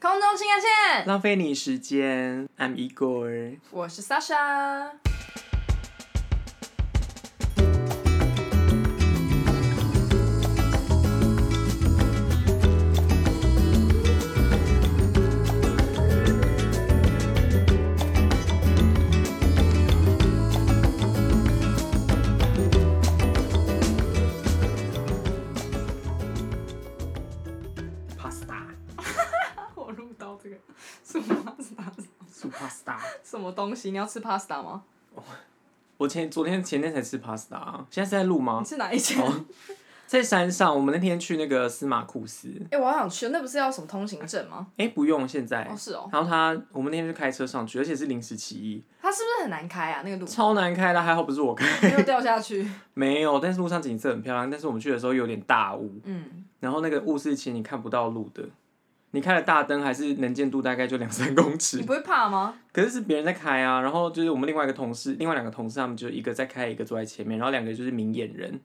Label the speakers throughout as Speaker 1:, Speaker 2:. Speaker 1: 空中情感线，
Speaker 2: 浪费你时间，I'm Igor。
Speaker 1: 我是 Sasha。
Speaker 2: Pasta，
Speaker 1: 我录到这个什么 pasta
Speaker 2: 素 pasta。
Speaker 1: 什么东西？你要吃 pasta 吗？
Speaker 2: 我前昨天前天才吃 pasta，啊现在是在录吗
Speaker 1: 你？是哪一间？哎、
Speaker 2: 哦，在山上，我们那天去那个司马库斯，
Speaker 1: 哎我好想去，那不是要什么通行证吗？
Speaker 2: 哎、不用现在
Speaker 1: 哦，。是哦，
Speaker 2: 然后他，我们那天就开车上去，而且是临时起意，
Speaker 1: 它是不是很难开啊？那个路
Speaker 2: 超难开的，还好不是我开。
Speaker 1: 没有掉下去。
Speaker 2: 没有，但是路上景色很漂亮，但是我们去的时候有点大雾，
Speaker 1: 嗯，
Speaker 2: 然后那个雾是其实你看不到路的，你开了大灯还是能见度大概就两三公尺
Speaker 1: 你，不会怕吗？
Speaker 2: 可是是别人在开啊，然后就是我们另外一个同事，另外两个同事他们就一个在开，一个坐在前面，然后两个就是明眼人。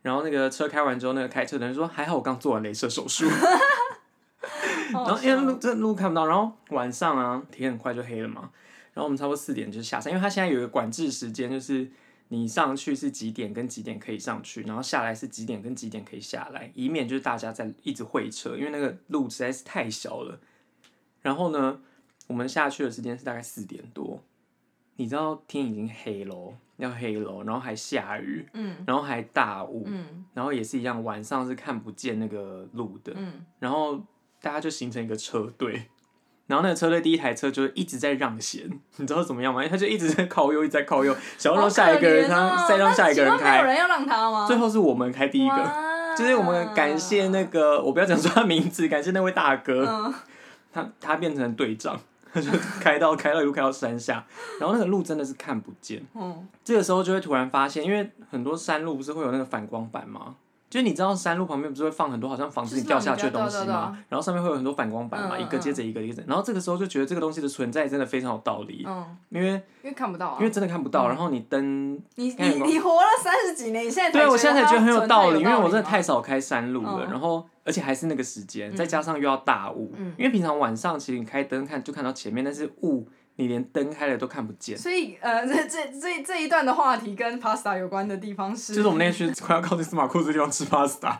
Speaker 2: 然后那个车开完之后，那个开车的人说：“还好我刚做完镭射手术。”
Speaker 1: 然
Speaker 2: 然后因为路这路看不到，然后晚上啊天很快就黑了嘛，然后我们差不多四点就下山，因为它现在有一个管制时间，就是你上去是几点跟几点可以上去，然后下来是几点跟几点可以下来，以免就是大家在一直会车，因为那个路实在是太小了。然后呢，我们下去的时间是大概四点多，你知道天已经黑喽，要黑喽，然后还下雨，
Speaker 1: 嗯
Speaker 2: 然后还大雾，
Speaker 1: 嗯
Speaker 2: 然后也是一样，晚上是看不见那个路的，
Speaker 1: 嗯，
Speaker 2: 然后大家就形成一个车队，然后那个车队第一台车就一直在让贤，你知道怎么样吗？因为他就一直在靠右，一直在靠右，想要让下一个人，
Speaker 1: 好可怜
Speaker 2: 他
Speaker 1: 哦
Speaker 2: 再让下一个人
Speaker 1: 那请问没有
Speaker 2: 开，
Speaker 1: 人要让他吗？
Speaker 2: 最后是我们开第一个，
Speaker 1: 哇
Speaker 2: 就是我们感谢那个，我不要讲出他名字，感谢那位大哥，
Speaker 1: 嗯
Speaker 2: 他他变成队长，他就开到开到一路开到山下，然后那个路真的是看不见。
Speaker 1: 嗯
Speaker 2: 这个时候就会突然发现，因为很多山路不是会有那个反光板吗？就是你知道山路旁边不是会放很多好像防止你掉下去的东西
Speaker 1: 就是那种
Speaker 2: 吗？然后上面会有很多反光板嘛，
Speaker 1: 嗯嗯
Speaker 2: 一个接着一个一个接着。然后这个时候就觉得这个东西的存在真的非常有道理，
Speaker 1: 嗯，
Speaker 2: 因为
Speaker 1: 因为看不到啊
Speaker 2: 因为。真的看不到，然后你灯，
Speaker 1: 你
Speaker 2: 看
Speaker 1: 你
Speaker 2: 眼光
Speaker 1: 你活了三十几年，你现在才
Speaker 2: 对啊我现在才觉得很有道理，因
Speaker 1: 它
Speaker 2: 为我
Speaker 1: 存在有
Speaker 2: 真的
Speaker 1: 道理
Speaker 2: 太少开山路了，
Speaker 1: 嗯
Speaker 2: 然后而且还是那个时间，再加上又要大雾，
Speaker 1: 嗯
Speaker 2: 因为平常晚上其实你开灯看就看到前面，但是雾你连灯开了都看不见。
Speaker 1: 所以呃， 这这这这一段的话题跟 pasta 有关的地方是，
Speaker 2: 就是我们那天去快要靠近司马库斯的地方吃 pasta。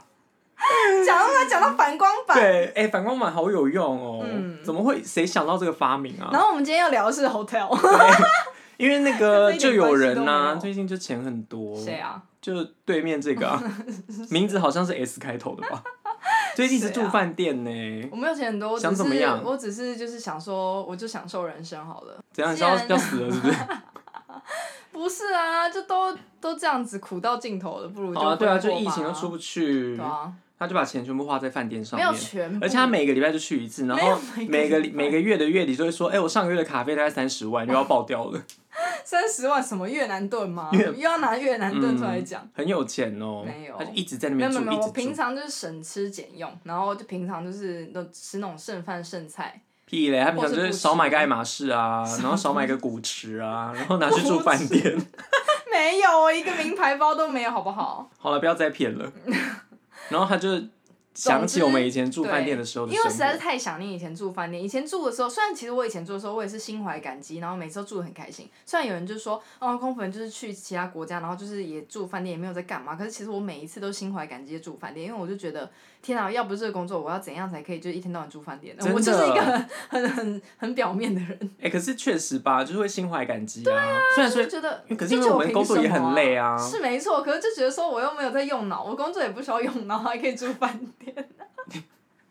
Speaker 1: 讲到讲到反光板，
Speaker 2: 对，哎、反光板好有用哦。
Speaker 1: 嗯
Speaker 2: 怎么会谁想到这个发明啊？哦
Speaker 1: 然后我们今天要聊的是 hotel，
Speaker 2: 因为那
Speaker 1: 这
Speaker 2: 个
Speaker 1: 一点
Speaker 2: 就有
Speaker 1: 关
Speaker 2: 人
Speaker 1: 系都
Speaker 2: 呐、
Speaker 1: 没有
Speaker 2: 最近就钱很多。
Speaker 1: 谁？啊？
Speaker 2: 就对面这 个、啊，名字好像是 S 开头的吧？就一直
Speaker 1: 谁
Speaker 2: 住
Speaker 1: 啊
Speaker 2: 饭店呢。
Speaker 1: 我没有钱很多，我只
Speaker 2: 想怎么
Speaker 1: 是
Speaker 2: 样
Speaker 1: 我只是就是想说，我就享受人生好了。
Speaker 2: 怎样？
Speaker 1: 之
Speaker 2: 是要
Speaker 1: 前
Speaker 2: 要死了 是不是？
Speaker 1: 不是啊，就都都这样子苦到尽头了，不如就
Speaker 2: 好啊，对啊，就
Speaker 1: 挥霍
Speaker 2: 疫
Speaker 1: 吧
Speaker 2: 情都出不去
Speaker 1: 对，啊，
Speaker 2: 他就把钱全部花在饭店上
Speaker 1: 没有
Speaker 2: 面。
Speaker 1: 全部，
Speaker 2: 而且他每个礼拜就去一次，然
Speaker 1: 没有
Speaker 2: 后
Speaker 1: 每
Speaker 2: 每
Speaker 1: 个
Speaker 2: 个
Speaker 1: 礼拜
Speaker 2: 礼每个月的月底就会说，哎、我上个月的卡费大概三十万，又要爆掉了，
Speaker 1: 三十万什么越南盾吗？
Speaker 2: 越
Speaker 1: 又要拿越南盾出来讲。
Speaker 2: 很有钱哦、
Speaker 1: 没有
Speaker 2: 他就一直在那
Speaker 1: 没有
Speaker 2: 边
Speaker 1: 没
Speaker 2: 住，
Speaker 1: 有没
Speaker 2: 一
Speaker 1: 有，我
Speaker 2: 直住
Speaker 1: 平。常就是省吃俭用，然后就平常就是都吃那种剩饭剩菜，
Speaker 2: 屁嘞，他平常就
Speaker 1: 或是
Speaker 2: 是
Speaker 1: 不吃
Speaker 2: 少买个爱马仕啊，然后少买个古驰啊，然后拿去住饭店。
Speaker 1: 没有，我一个名牌包都没有，好不好？
Speaker 2: 好了，不要再骗 了。然后他就想起我们以前住饭店的时候的
Speaker 1: 因为我实在是
Speaker 2: 生活。
Speaker 1: 太想念以前住饭店。以前住的时候，虽然其实我以前住的时候，我也是心怀感激，然后每次都住得很开心。虽然有人就说，哦，空服人就是去其他国家，然后就是也住饭店，也没有在干嘛。可是其实我每一次都心怀感激地住饭店，因为我就觉得，天哪，要不是这个工作，我要怎样才可以就一天到晚住饭店？
Speaker 2: 真的
Speaker 1: 我就是一个 很很很很表面的 人，
Speaker 2: 哎、可是确实吧，就是会心怀感激啊。虽然
Speaker 1: 就
Speaker 2: 说，
Speaker 1: 觉得。
Speaker 2: 可是因为我们工作也很累啊，
Speaker 1: 是没错，可是就觉得说我又没有在用脑，我工作也不需要用脑，还可以住饭店。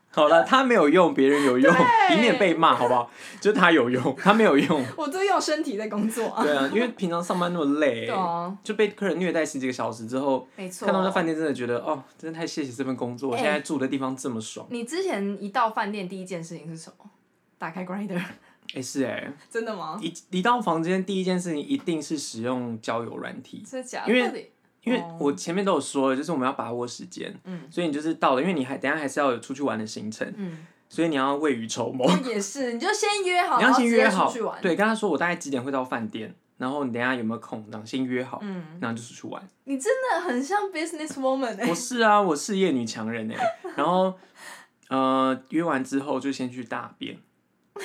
Speaker 2: 好了，他没有用，别人有用，
Speaker 1: 对
Speaker 2: 以免被骂，好不好？就他有用，他没 有用。
Speaker 1: 我都用身体在工作啊。
Speaker 2: 对啊，因为平常上班那么累
Speaker 1: 对，啊，
Speaker 2: 就被客人虐待十几个小时之后，
Speaker 1: 没错。
Speaker 2: 哎看到那饭店真的觉得，哦，真的太谢谢这份工作，我
Speaker 1: 哎
Speaker 2: 现在住的地方这么爽。
Speaker 1: 你之前一到饭店第一件事情是什么？打开 Grinder，
Speaker 2: 哎、是哎、
Speaker 1: 真的吗？
Speaker 2: 一一到房间，第一件事情一定是使用交友软体，
Speaker 1: 真的假的？
Speaker 2: 因为
Speaker 1: 到底
Speaker 2: 因为
Speaker 1: 哦
Speaker 2: 我前面都有说了，就是我们要把握时间，
Speaker 1: 嗯
Speaker 2: 所以你就是到了，因为你还等一下还是要有出去玩的行程，
Speaker 1: 嗯，
Speaker 2: 所以你要未雨绸缪，
Speaker 1: 那也是，你就先约好，
Speaker 2: 哦你要
Speaker 1: 然后
Speaker 2: 先
Speaker 1: 直
Speaker 2: 约
Speaker 1: 接
Speaker 2: 好
Speaker 1: 出去玩。，
Speaker 2: 对，跟他说我大概几点会到饭店，然后你等一下有没有空，然后先约好，
Speaker 1: 嗯，
Speaker 2: 然后就出 去玩。
Speaker 1: 欸你真的很像 business woman 哎、
Speaker 2: 欸我是啊，我是夜女强人哎、然后呃，约完之后就先去 大便，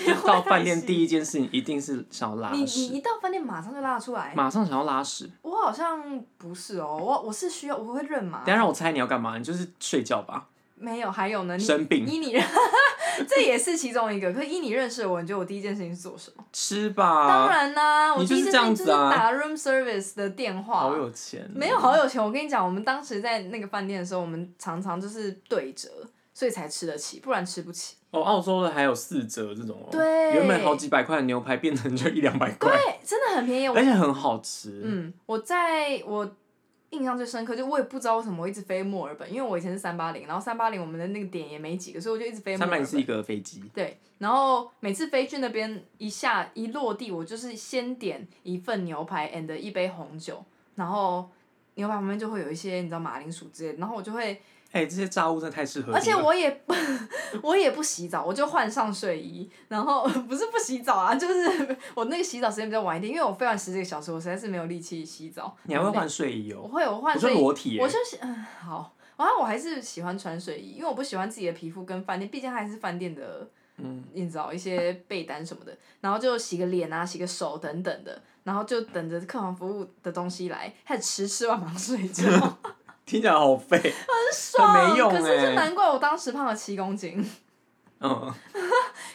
Speaker 2: 就到饭店第一件事情一定是想要拉
Speaker 1: 你你
Speaker 2: 屎，
Speaker 1: 一到饭店马上就拉得出来，
Speaker 2: 马上想要拉屎。
Speaker 1: 我好像不是哦，我我是需要我会认麻
Speaker 2: 等一，下让我猜你要干嘛？你就是睡觉吧，
Speaker 1: 没有，还有呢，你
Speaker 2: 生病
Speaker 1: 依你认， 这也是其中一个。可是依你认识的我，你觉得我第一件事情是做什么？
Speaker 2: 吃
Speaker 1: 当
Speaker 2: 吧，
Speaker 1: 然啦、我
Speaker 2: 啊你
Speaker 1: 第
Speaker 2: 就
Speaker 1: 一
Speaker 2: 是
Speaker 1: 件事
Speaker 2: 这样
Speaker 1: 情就是
Speaker 2: 子啊
Speaker 1: 打 room service 的电话。
Speaker 2: 好有钱，哦
Speaker 1: 没有好有钱，我跟你讲，我们当时在那个饭店的时候，我们常常就是对折，所以才吃得起，不然吃不起。
Speaker 2: 哦，澳洲的还有四折这种哦，
Speaker 1: 对
Speaker 2: 原本好几哎百块的牛排变成就一两百块，
Speaker 1: 对，真的很便宜。我
Speaker 2: 而且很好吃。
Speaker 1: 嗯，我在我印象最深刻，就我也不知道为什么我一直飞墨尔本，因为我以前是三八零，然后三八零我们的那个点也没几个，所以我就一直飞墨
Speaker 2: 三
Speaker 1: 尔
Speaker 2: 百
Speaker 1: 本。
Speaker 2: 是一个飞机，
Speaker 1: 对，然后每次飞去那边一下一落地，我就是先点一份牛排 and 一杯红酒，然后牛排旁边就会有一些你知道马铃薯之类的，然后我就会，
Speaker 2: 哎、这些炸物真的太适合你了。
Speaker 1: 而且我也 我也不洗澡，我就换上睡衣，然后 不是不洗澡啊，就是 我那个洗澡时间比较晚一点，因为我飞完十几个小时，我实在是没有力气洗澡。
Speaker 2: 你还会
Speaker 1: 很累
Speaker 2: 换睡衣
Speaker 1: 我
Speaker 2: 哦？
Speaker 1: 会，我换
Speaker 2: 我说
Speaker 1: 睡衣。
Speaker 2: 裸体耶、
Speaker 1: 我就是嗯好，然后我还是喜欢穿睡衣，因为我不喜欢自己的皮肤跟饭店，毕竟它还是饭店的，
Speaker 2: 嗯，
Speaker 1: 你知道一些被单什么的，然后就洗个脸啊，洗个手等等的，然后就等着客房服务的东西来，开始吃吃完马上睡 觉，很
Speaker 2: 听起来 好废。
Speaker 1: 爽。
Speaker 2: 没用
Speaker 1: 可是
Speaker 2: 欸
Speaker 1: 就难怪我当时胖了七公斤，
Speaker 2: 嗯，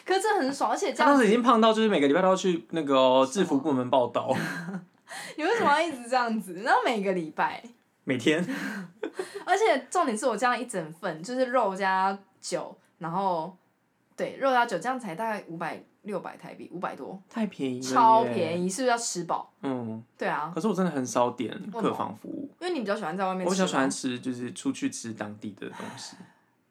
Speaker 1: 可是这很爽，而且这
Speaker 2: 他
Speaker 1: 样
Speaker 2: 当时已经胖到就是每个礼拜都要去那个哦、制服部门报道，
Speaker 1: 你为什么要一直这样子？然后每个礼拜，
Speaker 2: 每天
Speaker 1: 而且重点是我这样一整份，就是肉加酒，然后对肉加酒，这样才大概五百六百台币，五百多，
Speaker 2: 太便宜了，
Speaker 1: 超便
Speaker 2: 宜。
Speaker 1: 宜，是不是要吃饱？
Speaker 2: 嗯，
Speaker 1: 对啊，
Speaker 2: 可是我真的很少点
Speaker 1: 么
Speaker 2: 客房服务，
Speaker 1: 因为你比较喜欢在外面
Speaker 2: 我
Speaker 1: 吃，
Speaker 2: 比较喜欢，吃就是出去吃当地的东西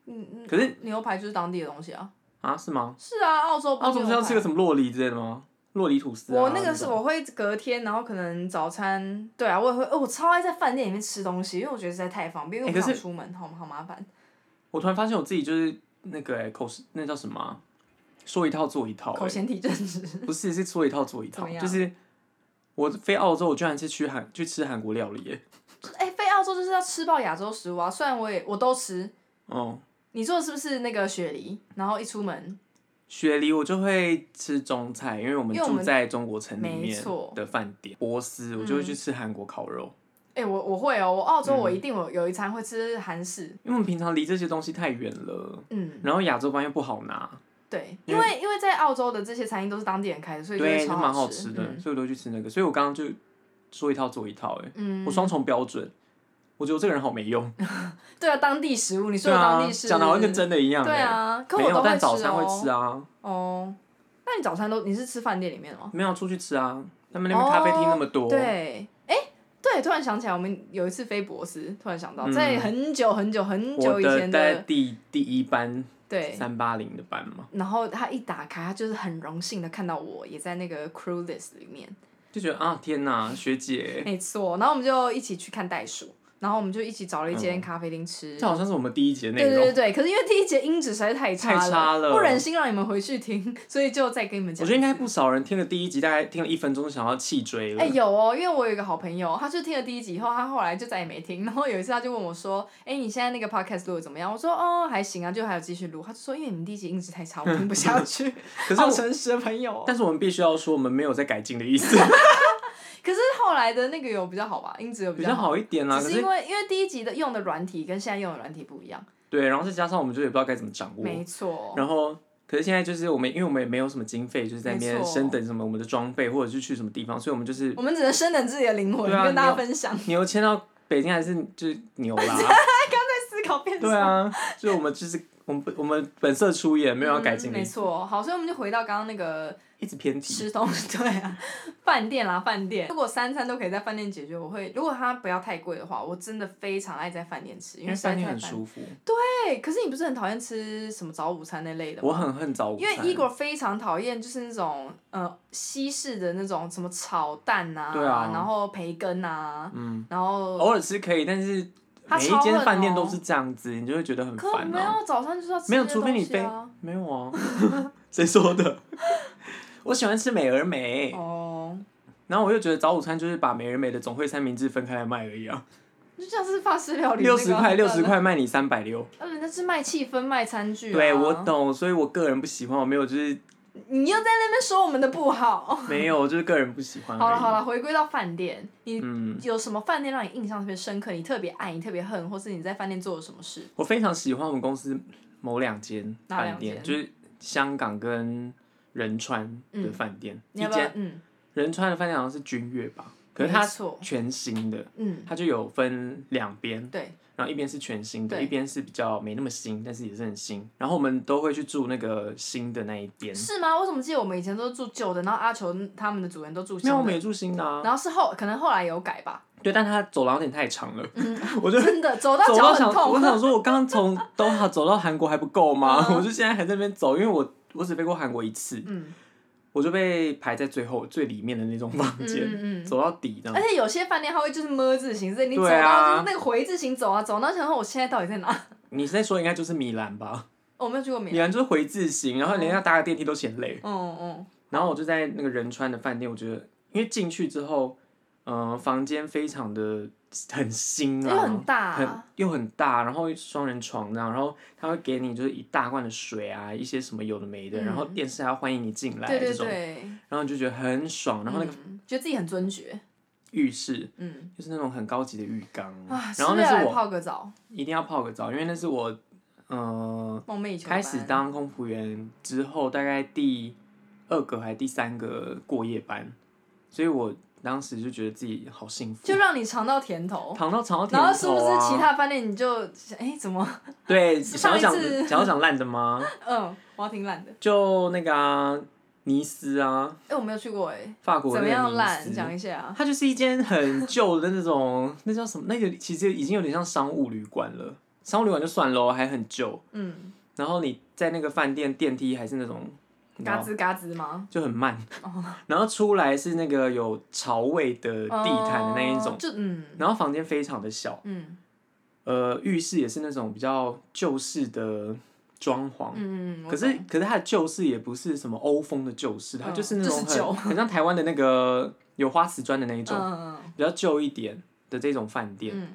Speaker 1: 嗯嗯，
Speaker 2: 可是
Speaker 1: 牛排就是当地的东西啊，
Speaker 2: 啊？是吗？
Speaker 1: 是啊，澳洲
Speaker 2: 澳洲不是要吃个什
Speaker 1: 么？
Speaker 2: 么洛梨之类的吗？洛梨吐司、啊。
Speaker 1: 我那个是
Speaker 2: 种
Speaker 1: 我会隔天，然后可能早餐，对啊，我也会，哦我超爱在饭店里面吃东西，因为我觉得实在太方便，因为
Speaker 2: 哎
Speaker 1: 我不
Speaker 2: 可
Speaker 1: 想
Speaker 2: 是
Speaker 1: 出门，好好麻烦。
Speaker 2: 我突然发现我自己就是那个、欸、口是那叫什么啊、说一套做一套、欸
Speaker 1: 口嫌体正直，
Speaker 2: 不是是说一套做一
Speaker 1: 怎
Speaker 2: 套
Speaker 1: 么，样
Speaker 2: 就是我飞澳洲，我居然是去韩去吃韩国料理欸耶，
Speaker 1: 哎、飞澳洲就是要吃爆亚洲食物啊！虽然我也我都吃，
Speaker 2: 哦、
Speaker 1: 你说的是不是那个雪梨？然后一出门，
Speaker 2: 雪梨我就会吃中菜，因为我们
Speaker 1: 因为我
Speaker 2: 住
Speaker 1: 们
Speaker 2: 在中国城里
Speaker 1: 没
Speaker 2: 面
Speaker 1: 错嗯
Speaker 2: 的饭店，波斯我就会去吃韩国烤肉，
Speaker 1: 哎、我我会哦，我澳洲
Speaker 2: 嗯
Speaker 1: 我一定有有一餐会吃韩式，
Speaker 2: 因为我们平常离这些东西太远了，
Speaker 1: 嗯，
Speaker 2: 然后亚洲饭又不好拿，
Speaker 1: 对，
Speaker 2: 因
Speaker 1: 因为因为在澳洲的这些餐厅都是当地人开的，所以就
Speaker 2: 对，
Speaker 1: 会
Speaker 2: 就
Speaker 1: 超
Speaker 2: 蛮好
Speaker 1: 吃
Speaker 2: 吃的，
Speaker 1: 嗯
Speaker 2: 所以我都会去吃那个，所以我刚刚就说一套做一套，哎，
Speaker 1: 嗯，
Speaker 2: 我双重标准，我觉得我这个人好没用，
Speaker 1: 对啊，当地食物，你说
Speaker 2: 对
Speaker 1: 的
Speaker 2: 啊
Speaker 1: 当地，是
Speaker 2: 讲的好像跟真的一样，
Speaker 1: 对
Speaker 2: 哎，
Speaker 1: 啊，可
Speaker 2: 没
Speaker 1: 我
Speaker 2: 有
Speaker 1: 都，会
Speaker 2: 但
Speaker 1: 吃
Speaker 2: 早餐会吃
Speaker 1: 哦。
Speaker 2: 啊，
Speaker 1: 哦，那你早餐都你是吃饭店里面的吗？
Speaker 2: 没有出去吃啊，他们那边咖啡厅那么多，
Speaker 1: 对，哎，对，突然想起来，我们有一次飞博斯，突然想到，
Speaker 2: 嗯
Speaker 1: 在很久很久很久
Speaker 2: 我
Speaker 1: 以前
Speaker 2: 大概第第一班
Speaker 1: 对。
Speaker 2: 三八零的班嘛，
Speaker 1: 然后他一打开，他就是很荣幸的看到我也在那个 crew list 里面，
Speaker 2: 就觉得啊天哪，学姐，
Speaker 1: 没错。然后我们就一起去看袋鼠，然后我们就一起找了一间咖啡厅吃，
Speaker 2: 嗯这好像是我们第一节内
Speaker 1: 对对对
Speaker 2: 容。
Speaker 1: 对，可是因为第一节音质实在是太差了，
Speaker 2: 太差了
Speaker 1: 不忍心让你们回去听，所以就再跟你们
Speaker 2: 我
Speaker 1: 讲。
Speaker 2: 觉得应该不少人听了第一集，大概听了一分钟就想要气追了。
Speaker 1: 哎、有哦，因为我有一个好朋友，他就听了第一集以后，他后来就再也没听。然后有一次他就问我说：“哎、你现在那个 podcast 录的怎么样？”我说：“哦，还行啊，就还有继续录。”他就说：“因为你们第一集音质太差，我听不下去。
Speaker 2: 可”是
Speaker 1: 好
Speaker 2: 我，
Speaker 1: 诚实的朋友、哦。
Speaker 2: 但是我们必须要说，我们没有在改进的意思，
Speaker 1: 可是后来的那个 有比较好吧，音质有
Speaker 2: 比
Speaker 1: 较
Speaker 2: 较好一点啊啦。可
Speaker 1: 只是
Speaker 2: 是
Speaker 1: 因为因为第一集的用的软体跟现在用的软体不一样，
Speaker 2: 对，然后再加上我们就也不知道该怎么掌握。
Speaker 1: 没错。
Speaker 2: 然后，可是现在就是我们，因为我们也没有什么经费，就是在那边
Speaker 1: 没错
Speaker 2: 升等什么我们的装备，或者是去什么地方，所以我 们就是
Speaker 1: 我们只能深等自己的灵魂，
Speaker 2: 对啊
Speaker 1: 跟大
Speaker 2: 你
Speaker 1: 家
Speaker 2: 有
Speaker 1: 分享。
Speaker 2: 牛迁到北京还是就是牛啦。
Speaker 1: 思考变
Speaker 2: 对啊，所以我们就是我们我们本色出演，没有要改进
Speaker 1: 嗯
Speaker 2: 的意
Speaker 1: 没
Speaker 2: 思，
Speaker 1: 错，好，所以我们就回到刚刚那个
Speaker 2: 一直偏题。
Speaker 1: 吃东西， 对啊，饭店啦，饭店。如果三餐都可以在饭店解决，我会；如果它不要太贵的话，我真的非常爱在饭店吃，
Speaker 2: 因
Speaker 1: 因
Speaker 2: 为
Speaker 1: 为
Speaker 2: 哎饭
Speaker 1: 饭
Speaker 2: 店
Speaker 1: 店
Speaker 2: 很舒服，
Speaker 1: 对，可是你不是很讨厌吃什么早午餐那类的吗？
Speaker 2: 我很恨早午
Speaker 1: 因为
Speaker 2: 餐。
Speaker 1: 伊果非常讨厌就是那种呃西式的那种什么炒蛋啊，
Speaker 2: 对啊
Speaker 1: 然后培根啊，
Speaker 2: 嗯，
Speaker 1: 然后
Speaker 2: 偶尔吃可以，但是
Speaker 1: 他
Speaker 2: 每一
Speaker 1: 超
Speaker 2: 间
Speaker 1: 恨
Speaker 2: 饭店
Speaker 1: 哦
Speaker 2: 都是这样子，你就会觉得很
Speaker 1: 可
Speaker 2: 烦
Speaker 1: 没
Speaker 2: 啊。
Speaker 1: 有早餐就是要吃
Speaker 2: 没有，
Speaker 1: 这些
Speaker 2: 除非你
Speaker 1: 东西
Speaker 2: 被
Speaker 1: 啊
Speaker 2: 没有啊， 谁说的？我喜欢吃美而美，
Speaker 1: 哦。
Speaker 2: 然后我又觉得早午餐就是把美而美的总会三明治分开来卖而已啊。
Speaker 1: 就像是法式料理那
Speaker 2: 六
Speaker 1: 个啊
Speaker 2: 十块，六十，
Speaker 1: 对
Speaker 2: 块卖你三百六。
Speaker 1: 啊人家是卖气氛卖餐具、啊。
Speaker 2: 对，我。懂，所以我个人不喜欢，我没有就是
Speaker 1: 你又在那边说我们的不好。
Speaker 2: 没有，我就是个人不喜欢。
Speaker 1: 哦好了好，了，回归到饭店，你
Speaker 2: 嗯，
Speaker 1: 有什么饭店让你印象特别深刻？你特别爱，你特别恨，或是你在饭店做了什么事？
Speaker 2: 我非常喜欢我们公司某两间
Speaker 1: 哪两
Speaker 2: 饭店，
Speaker 1: 间
Speaker 2: 就是香港跟仁川的
Speaker 1: 嗯
Speaker 2: 饭店，
Speaker 1: 你
Speaker 2: 一
Speaker 1: 要不要
Speaker 2: 间？
Speaker 1: 嗯
Speaker 2: 仁川的饭店好像是君悦吧，可是
Speaker 1: 没
Speaker 2: 它
Speaker 1: 错
Speaker 2: 全新的，
Speaker 1: 嗯，
Speaker 2: 它就有分两边，
Speaker 1: 对，
Speaker 2: 然后一边是全新的，
Speaker 1: 对
Speaker 2: 一边是比较没那么新，但是也是很新。然后我们都会去住那个新的那一边，
Speaker 1: 是吗？我怎么记得我们以前都住旧的，然后阿球他们的主人都住新
Speaker 2: 没有我们
Speaker 1: 的，
Speaker 2: 也住新的啊，
Speaker 1: 然后是后可能后来有改吧，
Speaker 2: 对，但它走廊有点太长了，
Speaker 1: 嗯
Speaker 2: 我就
Speaker 1: 真的走到
Speaker 2: 走
Speaker 1: 脚
Speaker 2: 到
Speaker 1: 很
Speaker 2: 想，我
Speaker 1: 痛。
Speaker 2: 想说，我刚刚从 东海走到韩国还不够吗？
Speaker 1: 嗯
Speaker 2: 我就现在还在那边走，因为我我只飞过韩国一次，
Speaker 1: 嗯
Speaker 2: 我就被排在最后最里面的那种房
Speaker 1: 嗯
Speaker 2: 间，
Speaker 1: 嗯嗯。
Speaker 2: 走到底这
Speaker 1: 而
Speaker 2: 样。
Speaker 1: 且有些饭店它会就是么字形，所以你走
Speaker 2: 对啊
Speaker 1: 到就是那个回字形走啊走，然后想说我现在到底 在哪？哦
Speaker 2: 你现在说应该就是米兰吧？
Speaker 1: 我没有去过
Speaker 2: 米
Speaker 1: 米兰。
Speaker 2: 兰就是回字形，然后连要搭个电梯都嫌累。
Speaker 1: 嗯嗯，
Speaker 2: 然后我就在那个仁川的饭店，我觉得因为进去之后，嗯、房间非常的很新
Speaker 1: 因
Speaker 2: 啊，
Speaker 1: 为很大
Speaker 2: 很
Speaker 1: 啊。
Speaker 2: 又很大，然后双人床那样，然后他会给你就是一大罐的水啊，一些什么有的没的，
Speaker 1: 嗯
Speaker 2: 然后电视还要欢迎你进来
Speaker 1: 对
Speaker 2: 这
Speaker 1: 对
Speaker 2: 种，
Speaker 1: 对。
Speaker 2: 然后你就觉得很爽。然后那个
Speaker 1: 嗯觉得自己很尊爵，
Speaker 2: 浴室
Speaker 1: 嗯
Speaker 2: 就是那种很高级的浴缸，
Speaker 1: 啊，
Speaker 2: 嗯然后
Speaker 1: 是不
Speaker 2: 那
Speaker 1: 是要
Speaker 2: 是
Speaker 1: 来
Speaker 2: 我
Speaker 1: 泡个澡，
Speaker 2: 一定要泡个澡，因为那是我呃
Speaker 1: 梦寐以求的
Speaker 2: 开始
Speaker 1: 班
Speaker 2: 当空服员之后，大概第二个还第三个过夜班，所以我当时就觉得自己好幸福
Speaker 1: 就，让你尝到甜头，
Speaker 2: 躺到床到
Speaker 1: 然后
Speaker 2: 甜
Speaker 1: 是不
Speaker 2: 头
Speaker 1: 是其
Speaker 2: 啊，
Speaker 1: 他饭店你就想哎怎么
Speaker 2: 对，想要
Speaker 1: 上
Speaker 2: 讲
Speaker 1: 一次
Speaker 2: 想要讲烂的吗？
Speaker 1: 嗯，我要挺懒的，
Speaker 2: 就那个啊，尼斯啊，
Speaker 1: 哎我没有去过哎，
Speaker 2: 法国
Speaker 1: 怎
Speaker 2: 那
Speaker 1: 么样
Speaker 2: 个尼
Speaker 1: 烂讲
Speaker 2: 斯，
Speaker 1: 一下啊，
Speaker 2: 它就是一间很旧的那种，那叫什么？那个其实已经有点像商务旅馆了。商务旅馆就算喽，还很旧。
Speaker 1: 嗯，
Speaker 2: 然后你在那个饭店电梯还是那种，你知道
Speaker 1: 嘎吱嘎吱吗？
Speaker 2: 就很慢
Speaker 1: 哦。
Speaker 2: 然后出来是那个有潮味的地毯的那一种
Speaker 1: 哦，就嗯
Speaker 2: 然后房间非常的小，
Speaker 1: 嗯
Speaker 2: 呃，浴室也是那种比较旧式的装潢。
Speaker 1: 嗯，嗯我
Speaker 2: 可是
Speaker 1: 懂
Speaker 2: 可是它的旧式也不是什么欧风的旧式，它
Speaker 1: 嗯
Speaker 2: 就是那种
Speaker 1: 就是旧
Speaker 2: 很很像台湾的那个有花瓷砖的那一种，
Speaker 1: 嗯
Speaker 2: 比较旧一点的这种饭店。
Speaker 1: 嗯，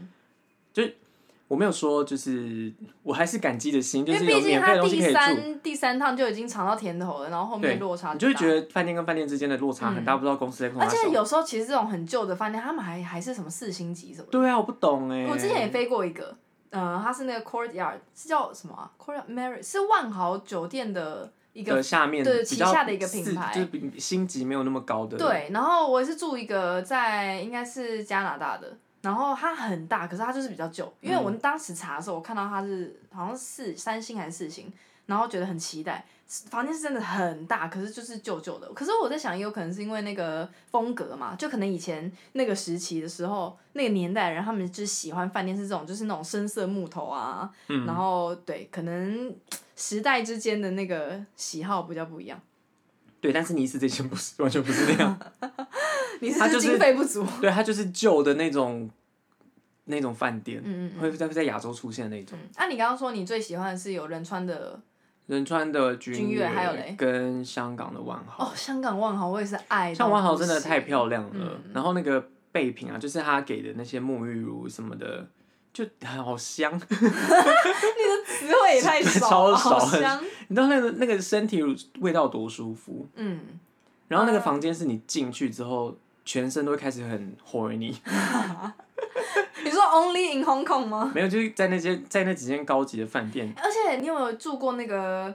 Speaker 2: 我没有说就是我还是感激的心，就
Speaker 1: 因为
Speaker 2: 是有
Speaker 1: 毕竟
Speaker 2: 免费
Speaker 1: 他
Speaker 2: 的东西
Speaker 1: 第
Speaker 2: 可以住。
Speaker 1: 三第三趟就已经尝到甜头了，然后后
Speaker 2: 对
Speaker 1: 面落差
Speaker 2: 你就会
Speaker 1: 大
Speaker 2: 觉。得饭店跟饭店之间的落差很大，
Speaker 1: 嗯
Speaker 2: 不知道公司在控
Speaker 1: 而
Speaker 2: 哪小
Speaker 1: 且。有时候其实这种很旧的饭店，他们还还是什么四星级什么的。
Speaker 2: 对啊，我不懂哎、
Speaker 1: 我之前也飞过一个，呃，它是那个 Courtyard，是叫什么啊？Courtyard Mary 是万豪酒店的一个
Speaker 2: 的下面
Speaker 1: 对
Speaker 2: 比
Speaker 1: 旗
Speaker 2: 较
Speaker 1: 下的一个品
Speaker 2: 四
Speaker 1: 牌
Speaker 2: 就是比星级没有那么高的。，
Speaker 1: 对，然后我也是住一个在应该是加拿大的，然后它很大，可是它就是比较旧，因为我
Speaker 2: 嗯
Speaker 1: 当时查的时候，我看到它是好像是三星还是四星，然后觉得很期待。房间是真的很大，可是就是旧旧的。可是我在想，也有可能是因为那个风格嘛，就可能以前那个时期的时候，那个年代的人他们就是喜欢饭店是这种，就是那种深色木头啊，
Speaker 2: 嗯
Speaker 1: 然后对，可能时代之间的那个喜好比较不一样。
Speaker 2: 对，但是尼斯这间不是 完全不是那样，
Speaker 1: 你是
Speaker 2: 它
Speaker 1: 不是
Speaker 2: 就是
Speaker 1: 经费不足，
Speaker 2: 对，它就是旧的那种那种饭店，
Speaker 1: 嗯嗯嗯。
Speaker 2: 会在会在亚洲出现的那种。
Speaker 1: 嗯，啊，你刚刚说你最喜欢的是有仁川的
Speaker 2: 仁川的君
Speaker 1: 君悦还有嘞
Speaker 2: 跟香港的万豪，
Speaker 1: 哦，香港万豪我也是爱到不行，
Speaker 2: 像万豪真的太漂亮了。
Speaker 1: 哎嗯
Speaker 2: 然后那个备品啊，就是他给的那些沐浴乳什么的，就好香。
Speaker 1: 词汇也太少
Speaker 2: 超
Speaker 1: 了，
Speaker 2: 少
Speaker 1: 好香，
Speaker 2: 你知道那个那个身体乳味道多舒服。
Speaker 1: 嗯，
Speaker 2: 然后那个房间是你进去之后，全身都会开始很 horny，
Speaker 1: 你说 Only in Hong Kong 吗？
Speaker 2: 没有就是在那些在那几间高级的饭店，
Speaker 1: 而且你有没有住过那个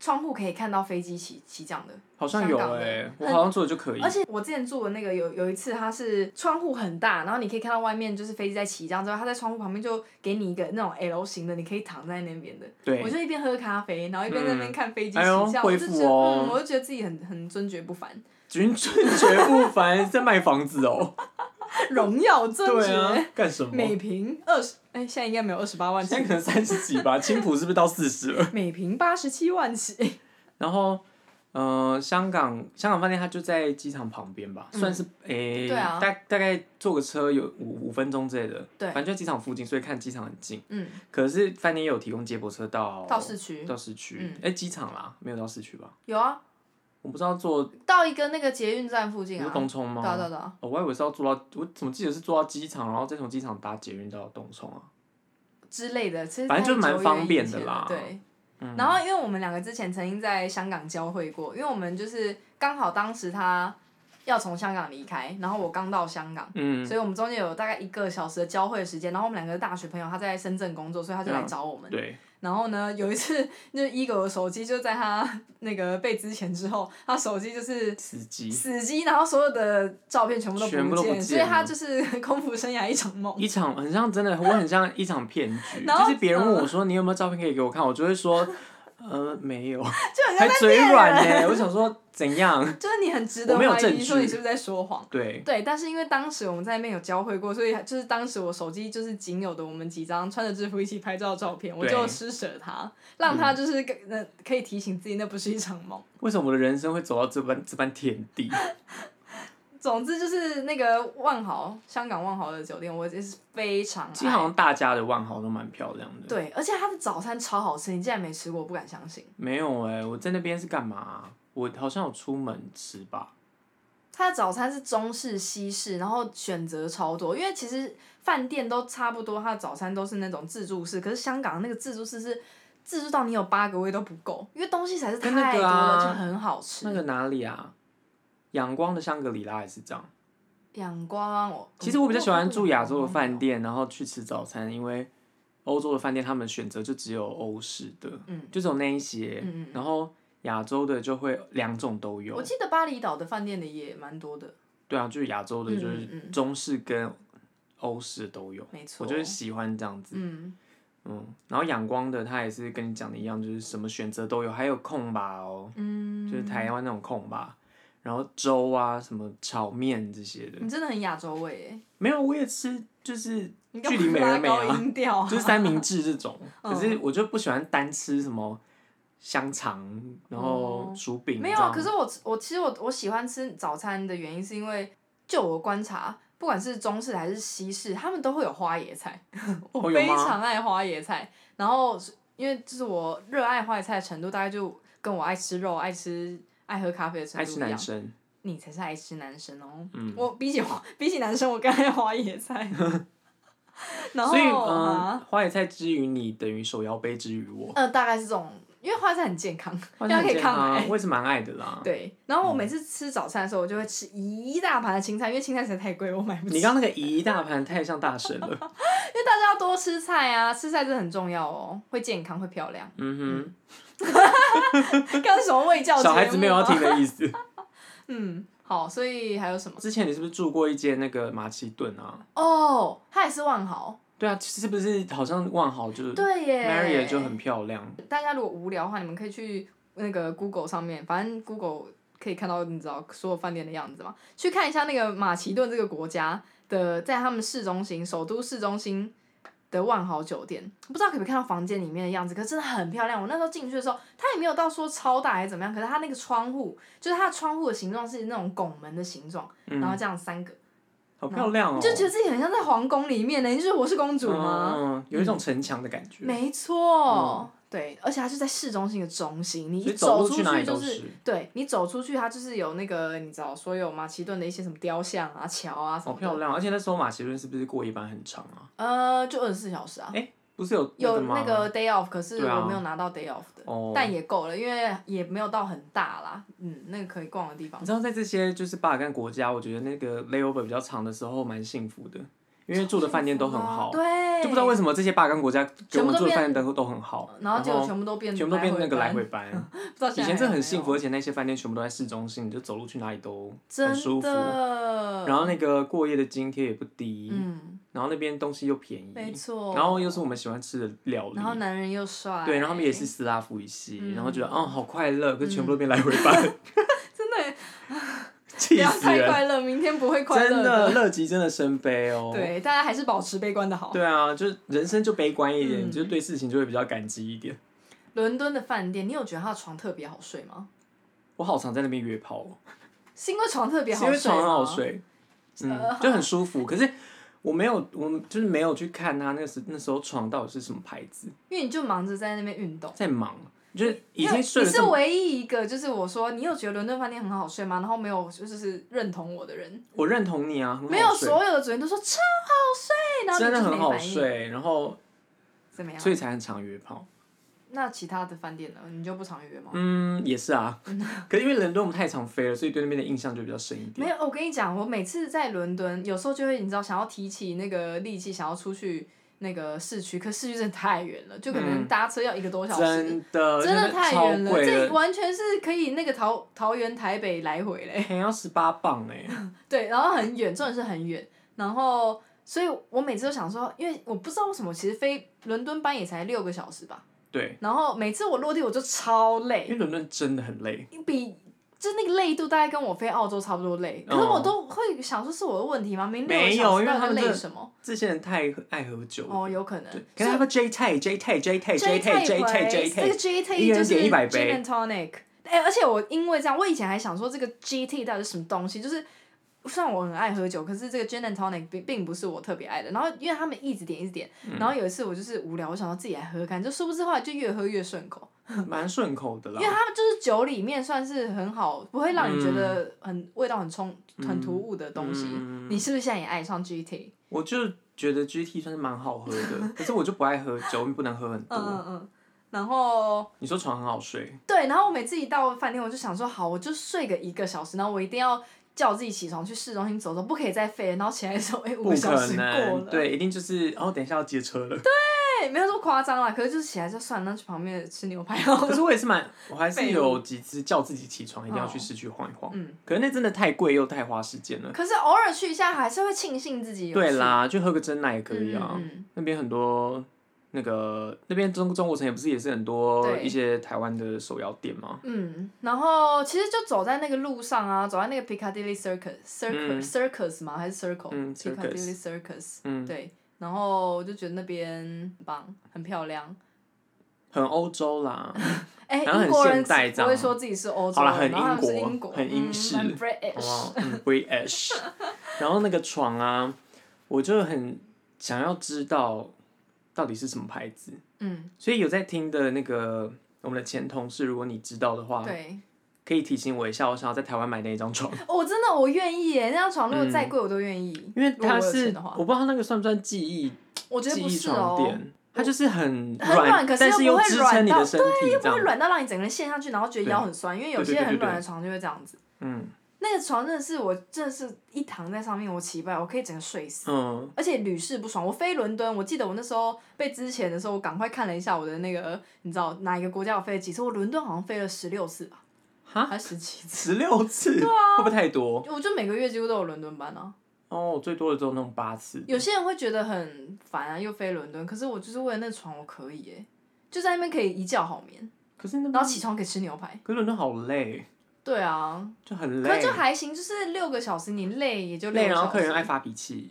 Speaker 1: 窗户可以看到飞机起起降的？
Speaker 2: 好像有
Speaker 1: 香港
Speaker 2: 哎、
Speaker 1: 的
Speaker 2: 我好像做的就可以
Speaker 1: 而。且我之前住的那个有有一次，它是窗户很大，然后你可以看到外面就是飞机在起降之后，它在窗户旁边就给你一个那种 L 型的，你可以躺在那边的。
Speaker 2: 对
Speaker 1: 我，就一边喝咖啡，然后一边在那边看飞机
Speaker 2: 哎
Speaker 1: 起
Speaker 2: 呦
Speaker 1: 降，我就
Speaker 2: 贵
Speaker 1: 觉
Speaker 2: 妇
Speaker 1: 得、
Speaker 2: 哦
Speaker 1: 嗯，我就觉得自己很很尊爵不凡。
Speaker 2: 君尊爵不凡在卖房 子哦。
Speaker 1: 荣耀尊
Speaker 2: 对
Speaker 1: 爵、
Speaker 2: 啊，干什么？
Speaker 1: 每瓶二十，哎，现在应该没有二十八万
Speaker 2: 现在
Speaker 1: 起，
Speaker 2: 可能三十几吧，青浦是不是到四十了？
Speaker 1: 每瓶八十七万起。
Speaker 2: 然后，呃，香港香港饭店它就在机场旁边吧，
Speaker 1: 嗯
Speaker 2: 算是诶、
Speaker 1: 对啊
Speaker 2: 大大概坐个车有五五分钟之类的，
Speaker 1: 对
Speaker 2: 反正就在机场附近，所以看机场很近。
Speaker 1: 嗯，
Speaker 2: 可是饭店也有提供接驳车到
Speaker 1: 到市区
Speaker 2: 到市区
Speaker 1: 嗯，
Speaker 2: 哎、机场啦，没有到市区吧？
Speaker 1: 有啊，
Speaker 2: 我不知道坐
Speaker 1: 到一个那个捷运站附
Speaker 2: 不
Speaker 1: 近
Speaker 2: 是
Speaker 1: 啊，
Speaker 2: 东冲吗？
Speaker 1: 对啊对啊对啊，
Speaker 2: 哦，我以为是要坐到，我怎么记得是坐到机场，然后再从机场搭捷运到东冲啊？
Speaker 1: 之类的，其实
Speaker 2: 反正就
Speaker 1: 太久
Speaker 2: 蛮方
Speaker 1: 远以
Speaker 2: 便的
Speaker 1: 前了
Speaker 2: 啦
Speaker 1: 对。
Speaker 2: 嗯
Speaker 1: 然后，因为我们两个之前曾经在香港交汇过，因为我们就是刚好当时他要从香港离开，然后我刚到香港，
Speaker 2: 嗯，
Speaker 1: 所以我们中间有大概一个小时的交汇时间。然后我们两个是大学朋友，他在深圳工作，所以他就来
Speaker 2: 嗯
Speaker 1: 找我们。
Speaker 2: 对，
Speaker 1: 然后呢，有一次就是一狗的手机就在他 那个被之前之后，他手机就是
Speaker 2: 司机
Speaker 1: 死机，然后所有的照片全部都
Speaker 2: 全部
Speaker 1: 不
Speaker 2: 都不
Speaker 1: 见，所以
Speaker 2: 见
Speaker 1: 他
Speaker 2: 了
Speaker 1: 就是 空服生涯一场梦。
Speaker 2: 一场很像真的，我很像一场骗 局，
Speaker 1: 然后嗯
Speaker 2: 就是别人问我说你有没有照片可以给我看，我就会说。呃，没有，
Speaker 1: 很
Speaker 2: 还嘴软 呢、我想说怎样？
Speaker 1: 就是你很值得
Speaker 2: 嗯我没有
Speaker 1: 怀
Speaker 2: 证
Speaker 1: 疑说你
Speaker 2: 据
Speaker 1: 是不是在说谎。
Speaker 2: 对，
Speaker 1: 对，但是因为当时我们在那边有交汇过，所以就是当时我手机就是仅有的我们几张穿着制服一起拍照的照片，我
Speaker 2: 对嗯
Speaker 1: 就施舍他，让他就是跟呃可以提醒自己那不是一场梦。
Speaker 2: 为什么我的人生会走到这般这般田地？
Speaker 1: 总之就是那个万豪，香港万豪的酒店，我也是非常
Speaker 2: 其实好
Speaker 1: 爱。
Speaker 2: 像大家的万豪都蛮漂亮的。
Speaker 1: 对，而且它的早餐超好吃，你竟然没吃过，我不敢相信。
Speaker 2: 没有哎、我在那边是干嘛啊、我好像有出门吃吧？
Speaker 1: 它的早餐是中式、西式，然后选择超多。因为其实饭店都差不多，它的早餐都是那种自助式，可是香港那个自助式是自助到你有八个胃都不够，因为东西实在是太
Speaker 2: 跟
Speaker 1: 多
Speaker 2: 那个啊
Speaker 1: 了，就很好吃。
Speaker 2: 那个哪里啊？阳光的香格里拉也是这样。
Speaker 1: 阳光，我
Speaker 2: 其实我比较喜欢住亚洲的饭。店，然后去吃早餐，因为欧洲的饭店他们选择就只有欧式的，
Speaker 1: 嗯
Speaker 2: 就只有那一些。
Speaker 1: 嗯嗯嗯
Speaker 2: 然后亚洲的就会两种都
Speaker 1: 我
Speaker 2: 有。
Speaker 1: 记得巴厘岛的饭店里也蛮多的，
Speaker 2: 对啊，就是亚洲的，
Speaker 1: 嗯嗯
Speaker 2: 就是
Speaker 1: 嗯
Speaker 2: 中式跟欧式都有。
Speaker 1: 没错。
Speaker 2: 我就是喜欢这样子。
Speaker 1: 嗯，
Speaker 2: 嗯，然后仰光的它也是跟你讲的一样，就是什么选择都有，还有空吧哦，
Speaker 1: 嗯
Speaker 2: 就是台湾那种空吧，然后粥啊、什么炒面这些的，
Speaker 1: 嗯你真的很亚洲味耶，
Speaker 2: 没有我也吃，就是
Speaker 1: 你干嘛
Speaker 2: 距离美
Speaker 1: 拉
Speaker 2: 而美
Speaker 1: 高
Speaker 2: 啊
Speaker 1: 音调 啊
Speaker 2: 就是三明治这种，
Speaker 1: 嗯
Speaker 2: 可是我就不喜欢单吃什么香肠，然后
Speaker 1: 哦
Speaker 2: 薯饼这
Speaker 1: 没
Speaker 2: 样，
Speaker 1: 有啊，可是我我其实我我喜欢吃早餐的原因是因为，就我观察，不管是中式还是西式，他们都会有花椰菜， 我
Speaker 2: 哦有
Speaker 1: 非
Speaker 2: 吗
Speaker 1: 常爱花椰菜。然后是因为就是我热爱花椰菜的程度，大概就跟我爱吃肉、爱吃爱喝咖啡的程
Speaker 2: 爱
Speaker 1: 度
Speaker 2: 吃
Speaker 1: 一样
Speaker 2: 男。生，
Speaker 1: 你才是爱吃男生哦，
Speaker 2: 嗯，
Speaker 1: 我比起花比起男生，我更爱花椰 菜。然后
Speaker 2: 所以嗯
Speaker 1: 啊，，
Speaker 2: 花椰菜之于你等于手摇杯之于我，
Speaker 1: 呃，大概是这种，因为花椰菜很健康，
Speaker 2: 花
Speaker 1: 因为它
Speaker 2: 椰菜
Speaker 1: 可以
Speaker 2: 很健康
Speaker 1: 抗
Speaker 2: 啊
Speaker 1: 癌。
Speaker 2: 我也是蛮爱的啦。
Speaker 1: 对，然后我
Speaker 2: 嗯
Speaker 1: 每次吃早餐的时候，我就会吃一大盘的青菜，因为青菜实在太贵，我买不起。
Speaker 2: 你刚刚那个一大盘太像大神了，
Speaker 1: 因为大家要多吃菜啊，吃菜真的很重要哦，会健康，会漂亮。
Speaker 2: 嗯哼。
Speaker 1: 刚刚是什么卫教
Speaker 2: 小
Speaker 1: 节
Speaker 2: 孩子
Speaker 1: 目哦
Speaker 2: 没有要
Speaker 1: 吗
Speaker 2: 听。的意思。
Speaker 1: 嗯，好，所以还有什么？
Speaker 2: 之前你是不是住过一间那个马其顿啊？
Speaker 1: 哦，它也是万豪。
Speaker 2: 对啊，是不是好像万豪就是
Speaker 1: 对耶。
Speaker 2: Marriott 就很漂亮？
Speaker 1: 大家如果无聊的话，你们可以去那个 Google 上面，反正 Google 可以看到你知道所有饭店的样子嘛，去看一下那个马其顿这个国家的，在他们市中心、首都市中心的万豪酒店，不知道可不可以看到房间里面的样子，可是真的很漂亮。我那时候进去的时候，它也没有到说超大还是怎么样，可是它那个窗户，就是它的窗户的形状是那种拱门的形状，
Speaker 2: 嗯
Speaker 1: 然后这样三个，
Speaker 2: 好漂亮哦！
Speaker 1: 你就觉得自己很像在皇宫里面呢，你就觉得我是公主吗？
Speaker 2: 嗯，嗯有一种城墙的感觉。
Speaker 1: 没错，对，而且它就在市中心的中心，你
Speaker 2: 嗯所
Speaker 1: 一
Speaker 2: 以走路
Speaker 1: 出
Speaker 2: 去哪里
Speaker 1: 就
Speaker 2: 都
Speaker 1: 是哦
Speaker 2: 是，
Speaker 1: 对你走出去，它就是有那个你知道所有马其顿的一些什么雕像啊、桥啊什
Speaker 2: 好
Speaker 1: 么的，
Speaker 2: 漂亮！而且那时候马其顿是不是过夜班很长啊？
Speaker 1: 呃，就二十四小时啊。
Speaker 2: 哎不是有
Speaker 1: 有
Speaker 2: 吗？
Speaker 1: 那个 day off，可是
Speaker 2: 对啊
Speaker 1: 我没有拿到 day off 的，
Speaker 2: 哦
Speaker 1: 但也够了，因为也没有到很大啦，嗯，那个可以逛的地方
Speaker 2: 你。知道在这些就是巴尔干国家，我觉得那个 layover 比较长的时候蛮幸福的，因为住的饭店都很好，
Speaker 1: 啊对，
Speaker 2: 就不知道为什么这些巴尔干国家给我
Speaker 1: 全部
Speaker 2: 们
Speaker 1: 都
Speaker 2: 住的
Speaker 1: 变
Speaker 2: 饭店都都很好，
Speaker 1: 然后结果全部都变
Speaker 2: 全部都变那个来
Speaker 1: 班，
Speaker 2: 回班。
Speaker 1: 不知道
Speaker 2: 以
Speaker 1: 现在
Speaker 2: 前真的很幸
Speaker 1: 还
Speaker 2: 福，而且那些饭店全部都在市中心，你就走路去哪里都
Speaker 1: 有没
Speaker 2: 很
Speaker 1: 有，
Speaker 2: 舒
Speaker 1: 哦真
Speaker 2: 服。
Speaker 1: 的。
Speaker 2: 然后那个过夜的津贴也不低，
Speaker 1: 嗯，
Speaker 2: 然后那边东西又便
Speaker 1: 没
Speaker 2: 宜，
Speaker 1: 错。
Speaker 2: 然后又是我们喜欢吃的料理
Speaker 1: 然，后男人又帅，
Speaker 2: 对，然后他们也是斯拉夫语系，
Speaker 1: 嗯
Speaker 2: 然后觉得哦好快乐，可是全部都变来回 班，
Speaker 1: 真的耶
Speaker 2: 气
Speaker 1: 不要
Speaker 2: 死
Speaker 1: 太
Speaker 2: 人！
Speaker 1: 快乐，明天不会快乐
Speaker 2: 真的，乐极真的生悲哦。
Speaker 1: 对，大家还是保持悲观的好。
Speaker 2: 对啊，就是人生就悲观一点，
Speaker 1: 嗯
Speaker 2: 你就对事情就会比较感激一点。
Speaker 1: 伦敦的饭店，你有觉得他的床特别好睡吗？
Speaker 2: 我好常在那边约炮哦，
Speaker 1: 是因为床特别
Speaker 2: 是
Speaker 1: 好睡，
Speaker 2: 因为床很好。睡，嗯
Speaker 1: 呃，
Speaker 2: 就很舒服。可是我没有，啊我们就是没有去看他那时那时候床到底是什么牌子，
Speaker 1: 因为你就忙着在那边运动，
Speaker 2: 在忙，就是已
Speaker 1: 因为
Speaker 2: 经睡
Speaker 1: 你
Speaker 2: 了
Speaker 1: 是
Speaker 2: 这么，
Speaker 1: 唯一一个，就是我说你有觉得伦敦饭店很好睡吗？然后没有就是认同我的人，
Speaker 2: 我认同你啊，很好
Speaker 1: 没有
Speaker 2: 睡
Speaker 1: 所有的主人都说超好睡，然后
Speaker 2: 真的
Speaker 1: 你就是
Speaker 2: 很
Speaker 1: 没
Speaker 2: 好
Speaker 1: 反应，
Speaker 2: 睡，然后
Speaker 1: 怎么样
Speaker 2: 所？以才很常约炮。
Speaker 1: 那其他的饭店呢？你就不常约吗？
Speaker 2: 嗯，也是啊， 可是因为伦敦我们太常飞了，所以对那边的印象就比较深一
Speaker 1: 没
Speaker 2: 点。
Speaker 1: 有，我跟你讲，我每次在伦敦，有时候就会你知道，想要提起那个力气，想要出去那个市区，可市区真的太远了，就可能
Speaker 2: 嗯
Speaker 1: 搭车要一个多小时，
Speaker 2: 真的，
Speaker 1: 真的
Speaker 2: 那边
Speaker 1: 太
Speaker 2: 超
Speaker 1: 远了，
Speaker 2: 贵
Speaker 1: 这完全是可以那个桃桃园台北来回嘞，
Speaker 2: 哎还要十八磅哎、
Speaker 1: 对，然后很远，重点是很远，然后所以我每次都想说，因为我不知道为什么，其实飞伦敦班也才六个小时吧，
Speaker 2: 对，
Speaker 1: 然后每次我落地我就超累
Speaker 2: 因，为伦敦真的很累，
Speaker 1: 比就那个累度大概跟我飞澳洲差不多累，可是我都会想说是我的问题吗？明明
Speaker 2: 嗯没
Speaker 1: 六
Speaker 2: 有
Speaker 1: 个小时
Speaker 2: 因为
Speaker 1: 到
Speaker 2: 他
Speaker 1: 底
Speaker 2: 们
Speaker 1: 累
Speaker 2: 真的
Speaker 1: 什么？
Speaker 2: 这些人太爱喝酒。
Speaker 1: 哦，有可能
Speaker 2: 对。，
Speaker 1: 所
Speaker 2: 可是他
Speaker 1: 以
Speaker 2: 们 J 泰 J 泰 J 泰 J 泰 J 泰 J
Speaker 1: 这个
Speaker 2: 泰，
Speaker 1: GT
Speaker 2: 一人
Speaker 1: 就是
Speaker 2: 点100
Speaker 1: gin
Speaker 2: 杯
Speaker 1: and tonic。哎、而且我因为这样，我以前还想说这个 GT 到底是什么东西，就是虽然我很爱喝酒，可是这个 gin and tonic 并并不是我特别爱的。然后因为他们一直点一直点，
Speaker 2: 嗯
Speaker 1: 然后有一次我就是无聊，我想要自己来喝喝看，就殊不知后来就越喝越顺口，
Speaker 2: 蛮顺口的啦
Speaker 1: 因。为他们就是酒里面算是很好，不会让你觉得很、味道很冲、很突兀的东西。
Speaker 2: 嗯
Speaker 1: 你是不是现在也爱上 GT？
Speaker 2: 我就觉得 GT 算是蛮好 喝的，可是我就不爱喝酒，不能喝很
Speaker 1: 嗯
Speaker 2: 多。
Speaker 1: 嗯嗯，然后。
Speaker 2: 你说床很好睡，
Speaker 1: 对，然后我每次一到饭店，我就想说，好，我就睡个一个小时，然后我一定要叫自己起床去市中心走走，不可以再飞了。然后起来的时候，哎、五
Speaker 2: 不
Speaker 1: 个小
Speaker 2: 可
Speaker 1: 时过
Speaker 2: 能，
Speaker 1: 了，
Speaker 2: 对，一定就是哦，等一下要接车了。
Speaker 1: 对，没有这么夸张啦。可是就是起来就算了，那去旁边吃牛排好了。
Speaker 2: 哦可是我也是蛮，我还是
Speaker 1: 废物
Speaker 2: 有几次叫自己起床一定要去市区晃一晃，
Speaker 1: 哦嗯
Speaker 2: 可是那真的太贵又太花时间了。
Speaker 1: 可是偶尔去一下，还是会庆幸自己有
Speaker 2: 对
Speaker 1: 去，
Speaker 2: 啦，去喝个真奶也可以啊。
Speaker 1: 嗯嗯
Speaker 2: 那边很多那个那边中中国城也不是也是很多
Speaker 1: 对
Speaker 2: 一些台湾的手摇店吗？
Speaker 1: 嗯嗯然后其实就走在那个路上啊，走在那个 Piccadilly Circus Circus、
Speaker 2: 嗯
Speaker 1: Circus 吗？还是 Circle？、
Speaker 2: 嗯
Speaker 1: Piccadilly Circus。
Speaker 2: 嗯，
Speaker 1: 对，然后我就觉得那边很棒，很漂亮。
Speaker 2: 很欧洲啦，
Speaker 1: 哎，
Speaker 2: 然后很
Speaker 1: 英国人
Speaker 2: 现代这样
Speaker 1: 不会说自己是欧洲
Speaker 2: 好啦
Speaker 1: 人，
Speaker 2: 很
Speaker 1: 然后他们是
Speaker 2: 英国
Speaker 1: 英国，
Speaker 2: 很英式
Speaker 1: 嗯很
Speaker 2: 好不
Speaker 1: British，
Speaker 2: 好？嗯，British。然后那个床啊，我就很想要知道到底是什么牌子，
Speaker 1: 嗯，
Speaker 2: 所以有在听的那个我们的前同事，如果你知道的话，
Speaker 1: 对，
Speaker 2: 可以提醒我一下，我想要在台湾买那一 张床，
Speaker 1: 我真的我愿意耶，那张床如果
Speaker 2: 嗯
Speaker 1: 再贵我都愿意，
Speaker 2: 因为
Speaker 1: 如果我
Speaker 2: 它
Speaker 1: 有
Speaker 2: 是
Speaker 1: 钱的话，
Speaker 2: 我不知道它那个算不算记忆
Speaker 1: 我觉得
Speaker 2: 记
Speaker 1: 不
Speaker 2: 忆
Speaker 1: 是哦，
Speaker 2: 床垫，它就是很
Speaker 1: 很软可是
Speaker 2: 但
Speaker 1: 又
Speaker 2: 是
Speaker 1: 不会
Speaker 2: 支
Speaker 1: 软
Speaker 2: 撑你
Speaker 1: 到
Speaker 2: 的身体
Speaker 1: 又
Speaker 2: 这
Speaker 1: 不会
Speaker 2: 样，
Speaker 1: 软到让你整个人陷下去，然后觉得腰很酸，因为有
Speaker 2: 对对
Speaker 1: 些
Speaker 2: 对
Speaker 1: 很
Speaker 2: 对对
Speaker 1: 软的床就会这样子。
Speaker 2: 嗯
Speaker 1: 那个床真的是我真的是一躺在上面，我起不来，我可以整个睡死。
Speaker 2: 嗯，
Speaker 1: 而且屡试不爽。我飞伦敦，我记得我那时候被之前的时候，我赶快看了一下我的那个，你知道哪一个国家我飞了几次？我伦敦好像飞了十六次吧，
Speaker 2: 哈
Speaker 1: 还是十七次？
Speaker 2: 十六次，会不会太多？
Speaker 1: 我就每个月几乎都有伦敦班啊。
Speaker 2: 哦，我最多的只有那种八次，
Speaker 1: 有些人会觉得很烦啊，又飞伦敦，可是我就是为了那床，我可以耶、就在那边可以一觉好眠，
Speaker 2: 可是那
Speaker 1: 然
Speaker 2: 边
Speaker 1: 后起床可以吃牛排。
Speaker 2: 可是伦敦好累，
Speaker 1: 对啊，
Speaker 2: 就很
Speaker 1: 可
Speaker 2: 累
Speaker 1: 是就，还行，就是六个小时，你累也就六
Speaker 2: 累，
Speaker 1: 个
Speaker 2: 然后
Speaker 1: 小
Speaker 2: 客人爱
Speaker 1: 时。
Speaker 2: 发脾气，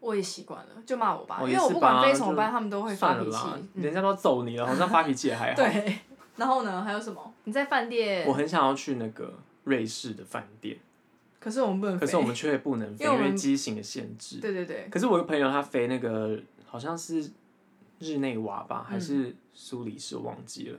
Speaker 1: 我也习惯了，就骂我吧，
Speaker 2: 哦
Speaker 1: 因
Speaker 2: 也
Speaker 1: 为
Speaker 2: 是
Speaker 1: 我不管
Speaker 2: 吧
Speaker 1: 飞什么
Speaker 2: 就
Speaker 1: 班，他们都会发
Speaker 2: 算了
Speaker 1: 脾气
Speaker 2: 啦。，
Speaker 1: 嗯
Speaker 2: 人家都要揍你了，好像发脾气也还好。
Speaker 1: 对， 然后呢？还有什么？你在饭店
Speaker 2: 我，很想要去那个瑞士的饭店，
Speaker 1: 可是我们不能飞。
Speaker 2: 可是我们却不能飞，
Speaker 1: 因为我
Speaker 2: 因
Speaker 1: 们
Speaker 2: 为机型的限制。
Speaker 1: 对对对，
Speaker 2: 可是我有朋友他飞那个好像是日内瓦吧，还
Speaker 1: 嗯
Speaker 2: 是苏黎世，我忘记了。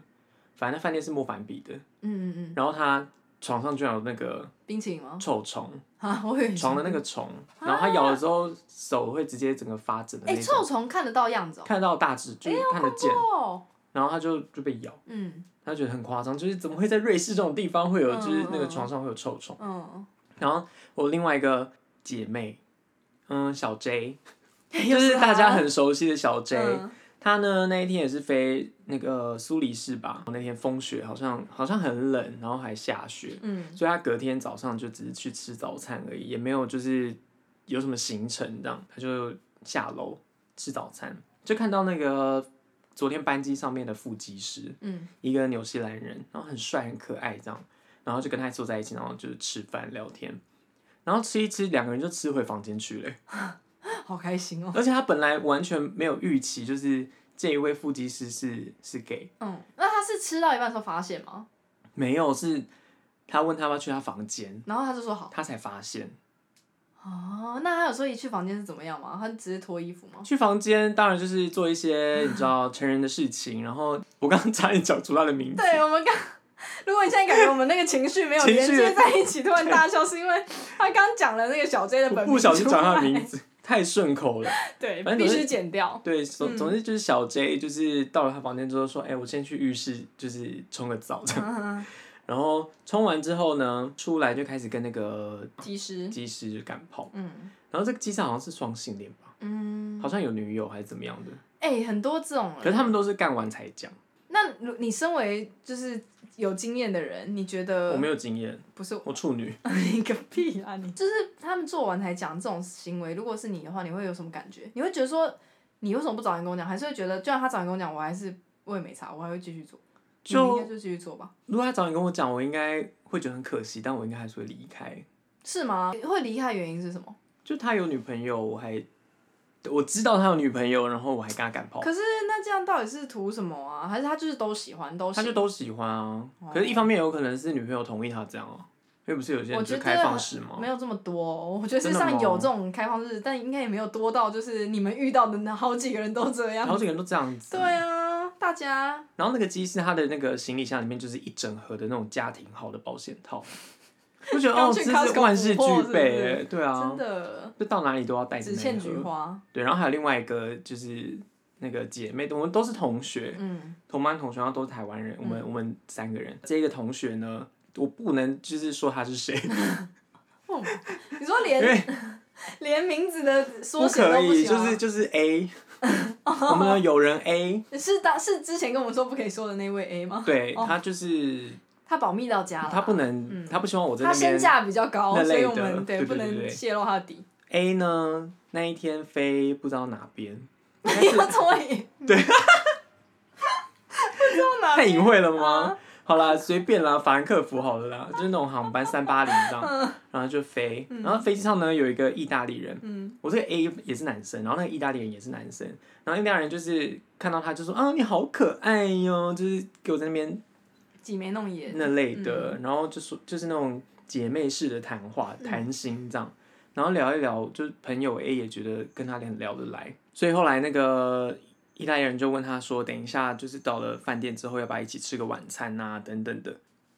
Speaker 2: 反正那饭店是莫凡比的，
Speaker 1: 嗯嗯嗯，
Speaker 2: 然后他床上居然有那个
Speaker 1: 冰淇淋吗？
Speaker 2: 臭虫，
Speaker 1: 啊，我以为
Speaker 2: 床的那个虫，然后他咬了之后手会直接整个发疹的
Speaker 1: 啊哎，
Speaker 2: 那种，
Speaker 1: 臭虫看得到样子哦。
Speaker 2: 看得到大只就是看得见，
Speaker 1: 哦，
Speaker 2: 然后他就就被咬，
Speaker 1: 嗯
Speaker 2: 他觉得很夸张，就是怎么会在瑞士这种地方会有，
Speaker 1: 嗯
Speaker 2: 就是那
Speaker 1: 嗯
Speaker 2: 个
Speaker 1: 嗯
Speaker 2: 床上会有臭虫。
Speaker 1: 嗯，
Speaker 2: 然后我另外一个姐妹，嗯，小 J，
Speaker 1: 又
Speaker 2: 就是是大家
Speaker 1: 她
Speaker 2: 很熟悉的小 J，
Speaker 1: 嗯
Speaker 2: 他呢那一天也是飞那个苏黎世吧，那天风雪好像好像很冷，然后还下雪，
Speaker 1: 嗯
Speaker 2: 所以他隔天早上就只是去吃早餐而已，也没有就是有什么行程这样，他就下楼吃早餐，就看到那个昨天班机上面的副机师，
Speaker 1: 嗯，
Speaker 2: 一个纽西兰人，然后很帅很可爱这样，然后就跟他坐在一起，然后就是吃饭聊天。然后吃一吃，两个人就吃回房间去了欸、
Speaker 1: 好开心哦。
Speaker 2: 而且他本来完全没有预期，就是这一位副机师是是 gay，
Speaker 1: 嗯，那他是吃到一半的时候发现吗？
Speaker 2: 没有，是他问他要不要去他房间，
Speaker 1: 然后他就说好，
Speaker 2: 他才发现。
Speaker 1: 哦，那他有说一去房间是怎么样吗？他只是脱衣服吗？
Speaker 2: 去房间当然就是做一些你知道成人的事情，然后我刚刚差点讲出他的名字，
Speaker 1: 对，我们刚。 如果你现在感觉我们那个情绪没有
Speaker 2: 情
Speaker 1: 连
Speaker 2: 绪
Speaker 1: 接在一起，突然大笑，是因为他刚讲了那个小 J 的
Speaker 2: 我
Speaker 1: 本
Speaker 2: 不小心
Speaker 1: 出
Speaker 2: 讲他
Speaker 1: 来
Speaker 2: 的名字，太顺口了。
Speaker 1: 对，
Speaker 2: 反正
Speaker 1: 必
Speaker 2: 总是
Speaker 1: 须剪掉。
Speaker 2: 对，
Speaker 1: 嗯
Speaker 2: 总总之就是小 J 就是到了他房间之后说，哎、我先去浴室就是冲个澡 这样，
Speaker 1: 嗯，
Speaker 2: 然后冲完之后呢，出来就开始跟那个
Speaker 1: 技师，
Speaker 2: 技师赶跑，
Speaker 1: 嗯
Speaker 2: 然后这个技师好像是双性恋吧，
Speaker 1: 嗯，
Speaker 2: 好像有女友还是怎么样的，
Speaker 1: 哎、很多这种
Speaker 2: 可是
Speaker 1: 人。
Speaker 2: 他们都是干完才讲，
Speaker 1: 那如你身为就是有经验的人，你觉得
Speaker 2: 我没有经验，
Speaker 1: 不是
Speaker 2: 我处女，
Speaker 1: 你个屁啊你？就是他们做完才讲这种行为，如果是你的话，你会有什么感觉？你会觉得说你为什么不早点跟我讲？还是会觉得就算他早点跟我讲，我还是我也没差，我还会继续做。你们应该
Speaker 2: 就
Speaker 1: 就继续做吧。
Speaker 2: 如果他早点跟我讲，我应该会觉得很可惜，但我应该还是会离开。
Speaker 1: 是吗？会离开的原因是什么？
Speaker 2: 就他有女朋友，我还我知道他有女朋友，然后我还跟他赶跑，
Speaker 1: 可是那这样到底是图什么啊？还是他就是都喜欢都
Speaker 2: 他
Speaker 1: 喜
Speaker 2: 就
Speaker 1: 欢？
Speaker 2: 都喜欢啊
Speaker 1: 哦。
Speaker 2: 可是，一方面有可能是女朋友同意他这样啊，因为不是有些
Speaker 1: 我
Speaker 2: 人
Speaker 1: 觉
Speaker 2: 是
Speaker 1: 得
Speaker 2: 开放式吗
Speaker 1: 没？有这么多哦、我觉得世
Speaker 2: 真的吗
Speaker 1: 上有这种开放日，但应该也没有多到就是你们遇到的那好几个人都这
Speaker 2: 然
Speaker 1: 样。
Speaker 2: 后这个人都这样子
Speaker 1: 对。啊，大家
Speaker 2: 然后那个鸡是他的那个行李箱里面就是一整盒的那种家庭号的保险 套，我觉得
Speaker 1: 刚
Speaker 2: 哦，这
Speaker 1: 去
Speaker 2: 是
Speaker 1: Costco
Speaker 2: 万事
Speaker 1: 补货
Speaker 2: 俱
Speaker 1: 是不
Speaker 2: 备
Speaker 1: 是
Speaker 2: 欸，对啊
Speaker 1: 真，的
Speaker 2: 就到哪里都要带着
Speaker 1: 只
Speaker 2: 那
Speaker 1: 欠
Speaker 2: 一
Speaker 1: 菊
Speaker 2: 盒。
Speaker 1: 花。
Speaker 2: 对，然后还有另外一个就是那个姐妹，我们都是同学，
Speaker 1: 嗯，
Speaker 2: 同班同学，然后都是台湾人，我们我们三个人。这个同学呢，我不能就是说他是谁，
Speaker 1: 哦你说
Speaker 2: 因为
Speaker 1: 连 连名字的缩
Speaker 2: 不
Speaker 1: 写都
Speaker 2: 可以，
Speaker 1: 行啊
Speaker 2: 就
Speaker 1: 吗
Speaker 2: 是就是 A，我们的友人 A，
Speaker 1: 是当是之前跟我们说不可以说的那位 A 吗？
Speaker 2: 对他就是
Speaker 1: 他保密到家了，
Speaker 2: 他不能，
Speaker 1: 哦嗯
Speaker 2: 他不希望我在
Speaker 1: 他
Speaker 2: 那
Speaker 1: 身
Speaker 2: 边。
Speaker 1: 价比较高，
Speaker 2: 那
Speaker 1: 所
Speaker 2: 类
Speaker 1: 以
Speaker 2: 的
Speaker 1: 我们
Speaker 2: 对对
Speaker 1: 不
Speaker 2: 对对
Speaker 1: 能
Speaker 2: 对
Speaker 1: 泄露他的底。
Speaker 2: A 呢，那一天飞不知道哪 边，
Speaker 1: 你要怎么赢？
Speaker 2: 对
Speaker 1: 不知道哪
Speaker 2: 太
Speaker 1: 里。
Speaker 2: 隐晦了吗？好啦，随便啦，法兰克福好了啦，就是那种航班三八零这样，然后就飞，然后飞机上呢有一个意大利人，
Speaker 1: 嗯，
Speaker 2: 我这个 A 也是男生，然后那个意大利人也是男生，然后意大利人就是看到他就说啊你好可爱哟，就是给我在那边
Speaker 1: 挤眉弄眼。
Speaker 2: 那类的，然后就说就是那种姐妹式的谈话谈心这样，然后聊一聊，就是朋友 A 也觉得跟他很聊得来，所以后来那个意大利人就问他说，等一下就是到了饭店之后要不要一起吃个晚餐啊等等的，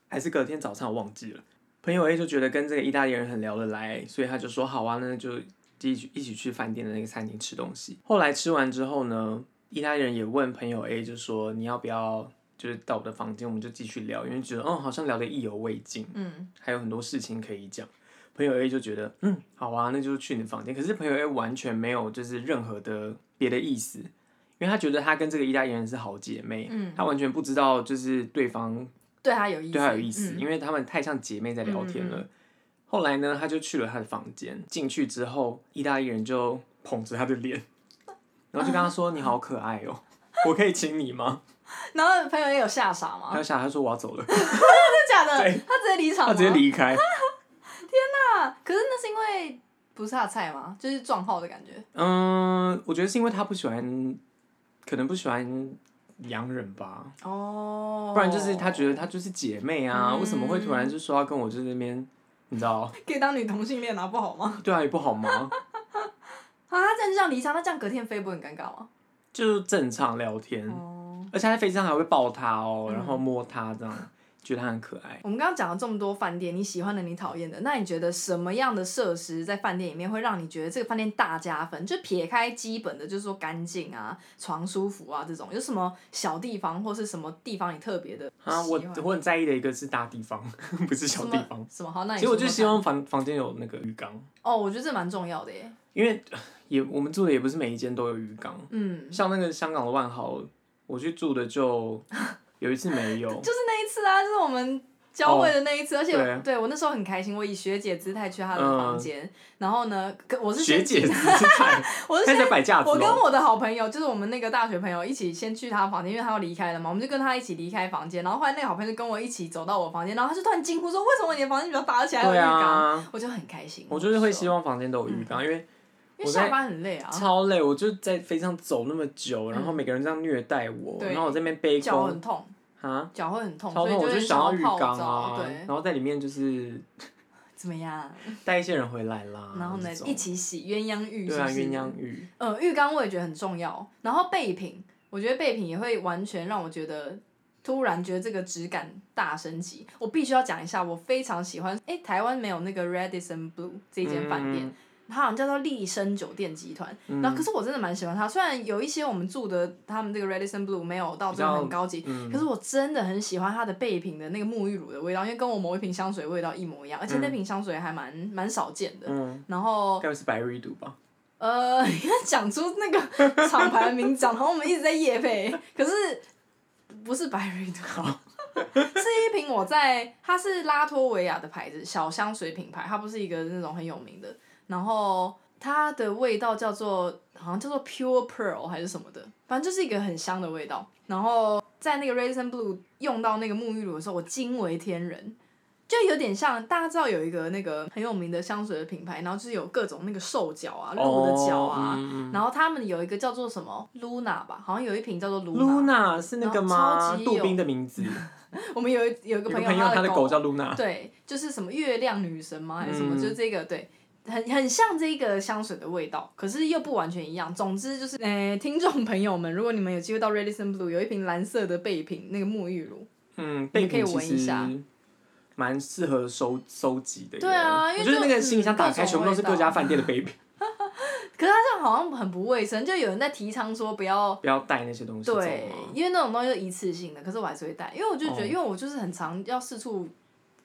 Speaker 2: 还是隔天早上我忘记了。朋友 A 就觉得跟这个意大利人很聊得来，所以他就说好啊，那就一起一起去饭店的那个餐厅吃东西。后来吃完之后呢，意大利人也问朋友 A，就说你要不要就是到我的房间，我们就继续聊，因为觉得哦好像聊得意犹未尽，
Speaker 1: 嗯，
Speaker 2: 还有很多事情可以讲。朋友 A 就觉得嗯好啊，那就去你的房间。可是朋友 A 完全没有就是任何的别的意思，因为他觉得他跟这个意大利人是好姐妹，
Speaker 1: 嗯
Speaker 2: 他完全不知道就是对方
Speaker 1: 对他有意思，
Speaker 2: 对他有意思，
Speaker 1: 嗯
Speaker 2: 因为他们太像姐妹在聊天了。
Speaker 1: 嗯
Speaker 2: 后来呢，他就去了他的房间，进去之后，意大利人就捧着他的脸，然后就跟他说：“你好可爱哦、我可以亲你吗
Speaker 1: 然后朋友也有吓傻？”吗？
Speaker 2: 他就想，他说我要走了，
Speaker 1: 真的假的
Speaker 2: 对？
Speaker 1: 他直接离场
Speaker 2: 他
Speaker 1: 吗？
Speaker 2: 直接离开。
Speaker 1: 啊可是那是因为不是他的菜吗？就是撞号的感觉。
Speaker 2: 嗯，我觉得是因为他不喜欢，可能不喜欢洋人吧，
Speaker 1: 哦
Speaker 2: 不然就是他觉得她就是姐妹啊，
Speaker 1: 嗯
Speaker 2: 为什么会突然就说要跟我就在那边，你知道？
Speaker 1: 可以当女同性恋啊，不好吗？
Speaker 2: 对啊，也不好吗？
Speaker 1: 啊，他这样就这样离场，那这样隔天飞不会很尴尬吗？
Speaker 2: 就是正常聊天。
Speaker 1: 哦，
Speaker 2: 而且他在飞机上还会抱他哦，
Speaker 1: 嗯
Speaker 2: 然后摸他这样，觉得他很可爱。
Speaker 1: 我们刚刚讲了这么多饭店，你喜欢的，你讨厌的，那你觉得什么样的设施在饭店里面会让你觉得这个饭店大加分？就撇开基本的，就是说干净啊、床舒服啊这种，有什么小地方或是什么地方你特别的
Speaker 2: 啊，我
Speaker 1: 喜欢
Speaker 2: 我很在意的一个是大地方， 不是小地
Speaker 1: 什
Speaker 2: 方
Speaker 1: 么。什么好？那你
Speaker 2: 其实我
Speaker 1: 说
Speaker 2: 就
Speaker 1: 说
Speaker 2: 希
Speaker 1: 看
Speaker 2: 望房房间有那个浴缸，
Speaker 1: 哦，我觉得这蛮重要的耶。
Speaker 2: 因为 呃也我们住的也不是每一间都有浴缸，
Speaker 1: 嗯，
Speaker 2: 像那个香港的万豪，我去住 的就有一次没有。
Speaker 1: 就是那一次啊，就是我们交会的那一次，而且
Speaker 2: 对
Speaker 1: 对嗯我那时候很开心，我以学姐姿态去她的房间，然后呢，可我是
Speaker 2: 学
Speaker 1: 先，
Speaker 2: 姐姿态，
Speaker 1: 我是
Speaker 2: 她
Speaker 1: 先。
Speaker 2: 在摆架子
Speaker 1: 我跟
Speaker 2: 哦。
Speaker 1: 我的好朋友，就是我们那个大学朋友，一起先去她房间，因为她要离开了嘛，我们就跟她一起离开房间。然后后来那个好朋友就跟我一起走到我房间，然后她就突然惊呼说：“为什么你的房间比较大，而且还有浴
Speaker 2: 对
Speaker 1: 缸？”
Speaker 2: 啊，
Speaker 1: 我就很开心。
Speaker 2: 我就是会希
Speaker 1: 说，
Speaker 2: 望房间都有浴缸，因为
Speaker 1: 因
Speaker 2: 我
Speaker 1: 为
Speaker 2: 在
Speaker 1: 下班很累啊，
Speaker 2: 超累，我就在飞机上走那么久，然后每个人这样虐待我，
Speaker 1: 嗯对
Speaker 2: 然后我这边背
Speaker 1: 脚
Speaker 2: 锅
Speaker 1: 很痛，
Speaker 2: 啊，
Speaker 1: 脚会很痛，
Speaker 2: 超
Speaker 1: 所以
Speaker 2: 痛，我
Speaker 1: 会
Speaker 2: 就
Speaker 1: 想
Speaker 2: 要浴
Speaker 1: 泡
Speaker 2: 缸
Speaker 1: 澡。
Speaker 2: 啊，
Speaker 1: 对
Speaker 2: 然，后在里面就是
Speaker 1: 怎么样？
Speaker 2: 带一些人回来啦。
Speaker 1: 然后呢
Speaker 2: 这，种
Speaker 1: 一起洗鸳鸯浴
Speaker 2: 对
Speaker 1: 是
Speaker 2: 啊，
Speaker 1: 不是？
Speaker 2: 鸳鸯浴，
Speaker 1: 嗯，浴缸我也觉得很重要。然后备品，我觉得备品也会完全让我觉得，突然觉得这个质感大升级。我必须要讲一下，我非常喜欢，诶，台湾没有那个 Radisson Blue 这间饭店。
Speaker 2: 嗯
Speaker 1: 它好像叫做丽笙酒店集团，然后可是我真的蛮喜欢它，虽然有一些我们住的他们这个 Radisson Blue 没有到真的很高级，
Speaker 2: 嗯
Speaker 1: 可是我真的很喜欢它的备品的那个沐浴乳的味道，因为跟我某一瓶香水味道一模一样，而且那瓶香水还蛮蛮少见的。
Speaker 2: 嗯，
Speaker 1: 然后
Speaker 2: 该不是白瑞度吧？
Speaker 1: 呃， 你要讲出那个 厂牌的名字，然后我们一直在夜配，可是不是白瑞 图，是一瓶我在，它是拉脱维亚的牌子，小香水品牌，它不是一个那种很有名的，然后它的味道叫做好像叫做 Pure Pearl 还是什么的，反正就是一个很香的味道。然后在那个 Raisin Blue 用到那个沐浴乳的时候，我惊为天人。就有点像大家知道有一个那个很有名的香水的品牌，然后就是有各种那个兽脚啊、鹿的脚啊，
Speaker 2: 哦嗯嗯
Speaker 1: 然后他们有一个叫做什么 Luna 吧，好像有一瓶叫做 Luna。
Speaker 2: Luna 是那个吗
Speaker 1: 超？级有
Speaker 2: 杜宾的名字，
Speaker 1: 我们有一有一
Speaker 2: 有
Speaker 1: 个
Speaker 2: 个
Speaker 1: 朋
Speaker 2: 朋友
Speaker 1: 友，
Speaker 2: 他
Speaker 1: 的
Speaker 2: 的狗叫 Luna，
Speaker 1: 对，就是什么月亮女神吗？还是什么？
Speaker 2: 嗯
Speaker 1: 就是这个对。很很像这个香水的味道，可是又不完全一样。总之就是，诶、听众朋友们，如果你们有机会到 Radisson Blue，有一瓶蓝色的备品，那个沐浴乳，
Speaker 2: 嗯，备
Speaker 1: 可以
Speaker 2: 品其
Speaker 1: 闻一下
Speaker 2: 实蛮适合收收集的耶。
Speaker 1: 对啊因为
Speaker 2: 我觉得
Speaker 1: 就
Speaker 2: 那个行李箱打开，
Speaker 1: 嗯各种
Speaker 2: 全部都是
Speaker 1: 味道
Speaker 2: 各家饭店的备品，
Speaker 1: 可是它这样好像很不卫生。就有人在提倡说不要
Speaker 2: 不要带那些东西走
Speaker 1: 对
Speaker 2: 嘛，。
Speaker 1: 因为那种东西就一次性的，可是我还是会带，因为我就觉得，
Speaker 2: 哦
Speaker 1: 因为我就是很常要四处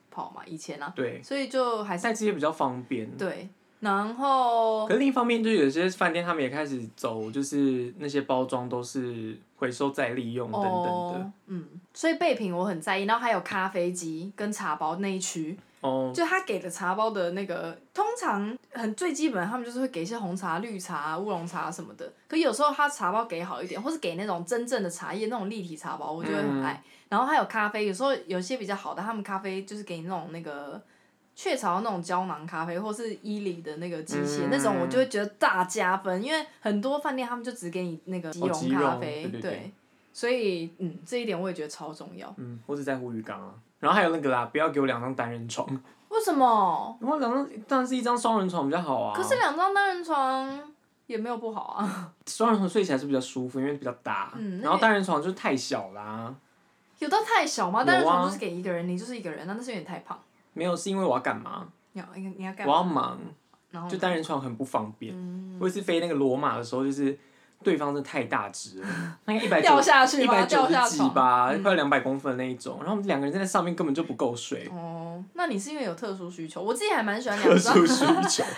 Speaker 1: 跑嘛，以前啊，
Speaker 2: 对，
Speaker 1: 所以就还是
Speaker 2: 带这些比较方便。
Speaker 1: 对，然后
Speaker 2: 可是另一方面，就有些饭店他们也开始走，就是那些包装都是回收再利用等等的。
Speaker 1: 哦，嗯，所以备品我很在意，然后还有咖啡机跟茶包那一区，
Speaker 2: 哦，
Speaker 1: 就他给的茶包的那个，通常很最基本，他们就是会给一些红茶、绿茶、乌龙茶什么的。可有时候他茶包给好一点，或是给那种真正的茶叶那种立体茶包，我就会
Speaker 2: 嗯
Speaker 1: 很爱。然后还有咖啡，有时候有些比较好的，他们咖啡就是给你那种那个。雀巢那种胶囊咖啡，或是伊利的那个机械、
Speaker 2: 嗯
Speaker 1: 那种，我就会觉得大加分，因为很多饭店他们就只给你那个即溶
Speaker 2: 即溶
Speaker 1: 咖啡，
Speaker 2: 哦对对对
Speaker 1: 所以嗯，这一点我也觉得超重要。
Speaker 2: 嗯，我只在乎浴缸啊。然后还有那个啦，不要给我两张单人床，
Speaker 1: 为什么？
Speaker 2: 我两张当然是一张双人床比较好啊。
Speaker 1: 可是两张单人床也没有不好啊。
Speaker 2: 双人床睡起来是比较舒服，因为比较大。
Speaker 1: 嗯那
Speaker 2: 然后
Speaker 1: 个
Speaker 2: 单人床就是太小啦，
Speaker 1: 有到太小吗？
Speaker 2: 有啊
Speaker 1: 单人床就是给一个人，你就是一个人，那那是有点太胖。
Speaker 2: 没有是因为我要干嘛？
Speaker 1: 你要你你要
Speaker 2: 我
Speaker 1: 干嘛？
Speaker 2: 要忙，
Speaker 1: 然后嗯
Speaker 2: 就
Speaker 1: 呢
Speaker 2: 单人床很不方便。我一次飞那个罗马的时候，就是对方是太大只 了，大概一百九
Speaker 1: 掉下去
Speaker 2: 一
Speaker 1: 吗？
Speaker 2: 百九
Speaker 1: 掉下
Speaker 2: 十几
Speaker 1: 床嗯
Speaker 2: 吧，快两百公分那一种。然后我们两个人在上面根本就不够睡，
Speaker 1: 哦，那你是因为有特殊需求，我自己还蛮喜欢
Speaker 2: 特
Speaker 1: 两张，
Speaker 2: 殊需求。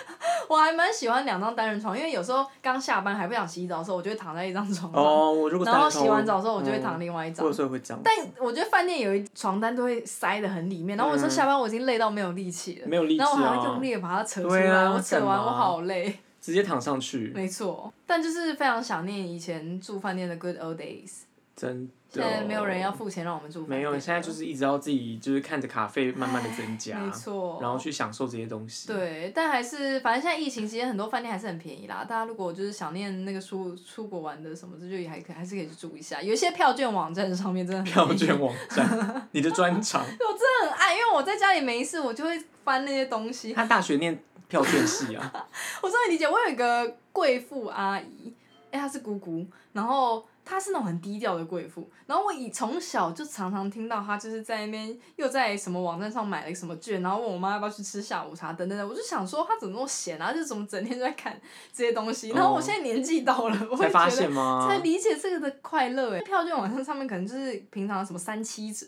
Speaker 1: 我还蛮喜欢两张单人床，因为有时候刚下班还不想洗澡的时候，我就会躺在一张床上，
Speaker 2: 哦，我如果
Speaker 1: 然后
Speaker 2: 单人
Speaker 1: 洗完澡之后我就会
Speaker 2: 嗯
Speaker 1: 躺另外一张
Speaker 2: 我有。时候会这样，
Speaker 1: 但我觉得饭店有一床单都会塞得很里面，然后我说
Speaker 2: 嗯
Speaker 1: 下班我已经累到没有力气了，
Speaker 2: 没有力气
Speaker 1: 然后我还要
Speaker 2: 啊
Speaker 1: 用，力地把它扯出
Speaker 2: 对
Speaker 1: 来，
Speaker 2: 啊
Speaker 1: 我扯
Speaker 2: 干
Speaker 1: 完
Speaker 2: 嘛
Speaker 1: 我好累。
Speaker 2: 直接躺上去，
Speaker 1: 没错，但就是非常想念以前住饭店的 good old days。
Speaker 2: 真的。
Speaker 1: 现在没有人要付钱让我们住饭店
Speaker 2: 哦没
Speaker 1: 了，
Speaker 2: 有，现在就是一直要自己就是看着咖啡慢慢的增加，
Speaker 1: 没错。
Speaker 2: 然后去享受这些东西。
Speaker 1: 对，但还是反正现在疫情期间很多饭店还是很便宜啦。大家如果就是想念那个出出国玩的什么，这就也还可还是可以去住一下。有一些票券网站上面真的很
Speaker 2: 票
Speaker 1: 便宜，
Speaker 2: 券网站，你的专 长。
Speaker 1: 很爱，因为我在家里没事，我就会翻那些东西。
Speaker 2: 他大学念票券系啊，
Speaker 1: 我终于理解，我有一个贵妇阿姨，哎、她是姑姑，然后她是那种很低调的贵妇，然后我以从小就常常听到她就是在那边又在什么网站上买了什么券，然后问我妈要不要去吃下午茶等等等，我就想说她怎么那么闲啊，就怎么整天就在看这些东西，然后我现在年纪到了， 我
Speaker 2: 哦才
Speaker 1: 会
Speaker 2: 发
Speaker 1: 觉得。
Speaker 2: 现吗
Speaker 1: 才？理解这个的快乐哎，票券网站上面可能就是平常什么三七折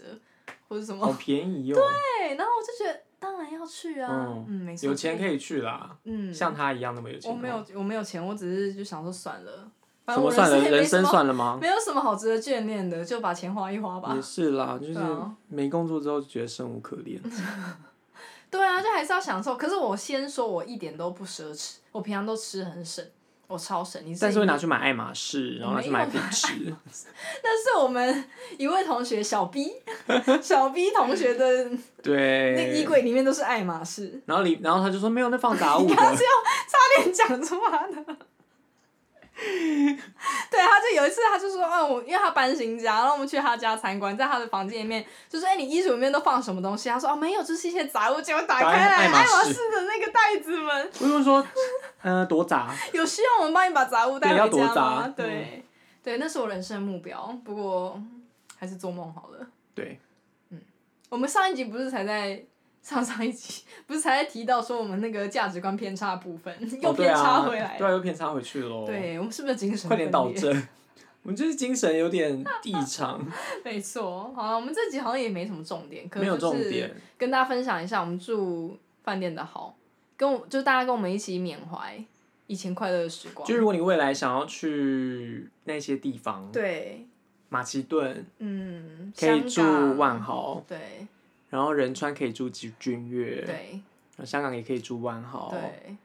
Speaker 1: 或者什
Speaker 2: 好
Speaker 1: 么，
Speaker 2: 便宜哦，
Speaker 1: 对，然后我就觉得当然要去啊，
Speaker 2: 嗯
Speaker 1: 嗯，没错，
Speaker 2: 有钱可以去啦，
Speaker 1: 嗯，
Speaker 2: 像他一样那么有钱。哦
Speaker 1: 我没有，我没有钱，我只是就想说算了，反
Speaker 2: 什
Speaker 1: 正我
Speaker 2: 么算了，
Speaker 1: 也没
Speaker 2: 人
Speaker 1: 什
Speaker 2: 生
Speaker 1: 么，
Speaker 2: 算了嗯吗？
Speaker 1: 没有什么好值得眷恋的，就把钱花一花吧
Speaker 2: 也。是啦，就是
Speaker 1: 对啊
Speaker 2: 没工作之后就觉得生无可 恋。
Speaker 1: 对啊，就还是要享受。可是我先说，我一点都不奢侈，我平常都吃很省，我超省。你
Speaker 2: 但是会
Speaker 1: 一
Speaker 2: 拿去买爱马仕，然后拿去买
Speaker 1: 没
Speaker 2: 品吃。
Speaker 1: 那是我们一位同学小 B，小 B 同学的那衣
Speaker 2: 对。
Speaker 1: 柜里面都是爱马仕，
Speaker 2: 然后里，然后他就说没有，那放杂物
Speaker 1: 他
Speaker 2: 的
Speaker 1: 是。要差点讲出来的。对，他就有一次，他就说，嗯，我因为他搬新家，然后我们去他家参观，在他的房间里面，就说，哎、你衣橱里面都放什么东西？他说，哦，没有，就是一些杂物。结果打
Speaker 2: 打
Speaker 1: 开
Speaker 2: 开
Speaker 1: 来，
Speaker 2: 爱马
Speaker 1: 爱马
Speaker 2: 仕
Speaker 1: 仕的那个袋子们，
Speaker 2: 我就说，呃，多杂，
Speaker 1: 有需要我们帮你把杂物带
Speaker 2: 对要
Speaker 1: 回
Speaker 2: 多
Speaker 1: 家吗
Speaker 2: 杂？嗯
Speaker 1: 对，对，那是我人生目标，不过还是做梦好了。
Speaker 2: 对，
Speaker 1: 我们上一集不是才在上上一集不是才在提到说我们那个价值观偏差的部分 又
Speaker 2: 哦对
Speaker 1: 偏差
Speaker 2: 啊
Speaker 1: 回来
Speaker 2: 对
Speaker 1: 了，
Speaker 2: 啊，又偏差回去喽。，
Speaker 1: 对我们是不是精神
Speaker 2: 快点
Speaker 1: 分
Speaker 2: 导
Speaker 1: 裂？
Speaker 2: 正。 我们就是精神有点异常，
Speaker 1: 没错，好了，我们这集好像也没什么重点， 可
Speaker 2: 没有
Speaker 1: 能就
Speaker 2: 重
Speaker 1: 是
Speaker 2: 点。
Speaker 1: 跟大家分享一下我们住饭店的好，跟我就大家跟我们一起缅怀以前快乐的时光
Speaker 2: 就。如果你未来想要去那些地方，
Speaker 1: 对，
Speaker 2: 马其顿
Speaker 1: 嗯，
Speaker 2: 可以
Speaker 1: 香
Speaker 2: 住
Speaker 1: 港
Speaker 2: 万豪，
Speaker 1: 对
Speaker 2: 然后仁川可以住君君悦，
Speaker 1: 对
Speaker 2: 然后香港也可以住万豪，
Speaker 1: 对，
Speaker 2: 哦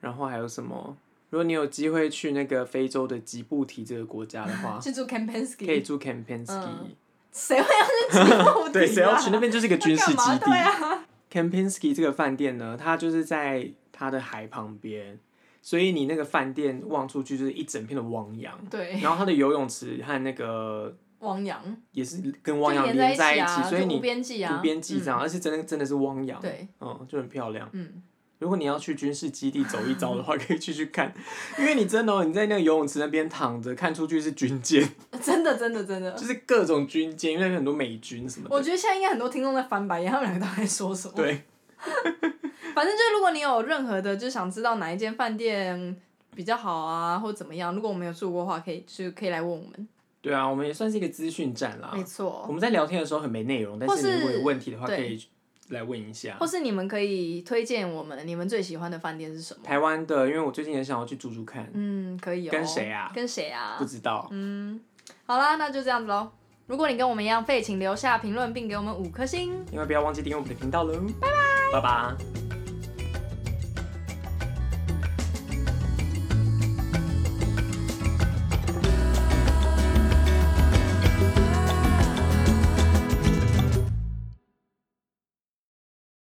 Speaker 2: 然后还有什么？如果你有机会去那个非洲的吉布提这个国家的 话，
Speaker 1: 去住
Speaker 2: 可以
Speaker 1: Kempinski，
Speaker 2: 住 Kempinski，、
Speaker 1: 谁会要去嗯吉布提啊？
Speaker 2: 对，谁要去那边 就是一个军事
Speaker 1: 要干
Speaker 2: 基
Speaker 1: 嘛
Speaker 2: 地
Speaker 1: 对。啊，
Speaker 2: Kempinski 这个饭店呢，它就是在它的海旁边，所以你那个饭店望出去就是一整片的汪洋，
Speaker 1: 对，
Speaker 2: 然后它的游泳池和那个
Speaker 1: 汪洋。
Speaker 2: 也是跟汪洋
Speaker 1: 就
Speaker 2: 连
Speaker 1: 连
Speaker 2: 在
Speaker 1: 一
Speaker 2: 一
Speaker 1: 啊，
Speaker 2: 所以
Speaker 1: 就
Speaker 2: 你
Speaker 1: 无边际啊，
Speaker 2: 无边际这样，而且真的真的是汪洋
Speaker 1: 嗯。，对，
Speaker 2: 嗯，就很漂亮。
Speaker 1: 嗯，
Speaker 2: 如果你要去军事基地走一遭的话，可以去去看， 因为你真的、哦、你在那个游泳池那边躺着看出去是 军舰，
Speaker 1: 真的真的真的
Speaker 2: 就，是各种军舰，因为那边很多美军什么
Speaker 1: 我
Speaker 2: 的。
Speaker 1: 觉得现在应该很多听众在翻白眼，他们两个到底在说什么？，
Speaker 2: 对，
Speaker 1: 反正就是如果你有任何的，就想知道哪一间饭店比较好啊，或怎么样，如果我没有住过的话，可以就可以来问我们。啊
Speaker 2: 对啊，我们也算是一个资讯站啦
Speaker 1: 没。
Speaker 2: 我
Speaker 1: 错，
Speaker 2: 们在聊天的时候很没内容，但
Speaker 1: 或
Speaker 2: 是你如果
Speaker 1: 是
Speaker 2: 有问题的话，可
Speaker 1: 对
Speaker 2: 以来问一下
Speaker 1: 啊或。是你们可以推荐我们你们最喜欢的饭店是什么？
Speaker 2: 台湾的，因为我最近也想要去住住看，
Speaker 1: 嗯，可以哦。
Speaker 2: 跟谁啊
Speaker 1: 跟谁啊
Speaker 2: 不？知道。
Speaker 1: 嗯，好啦，那就这样子喽。如果你跟我们一样废，请留下评论并给我们五颗星。
Speaker 2: 因为不要忘记订阅我们的频道喽。拜拜，拜拜。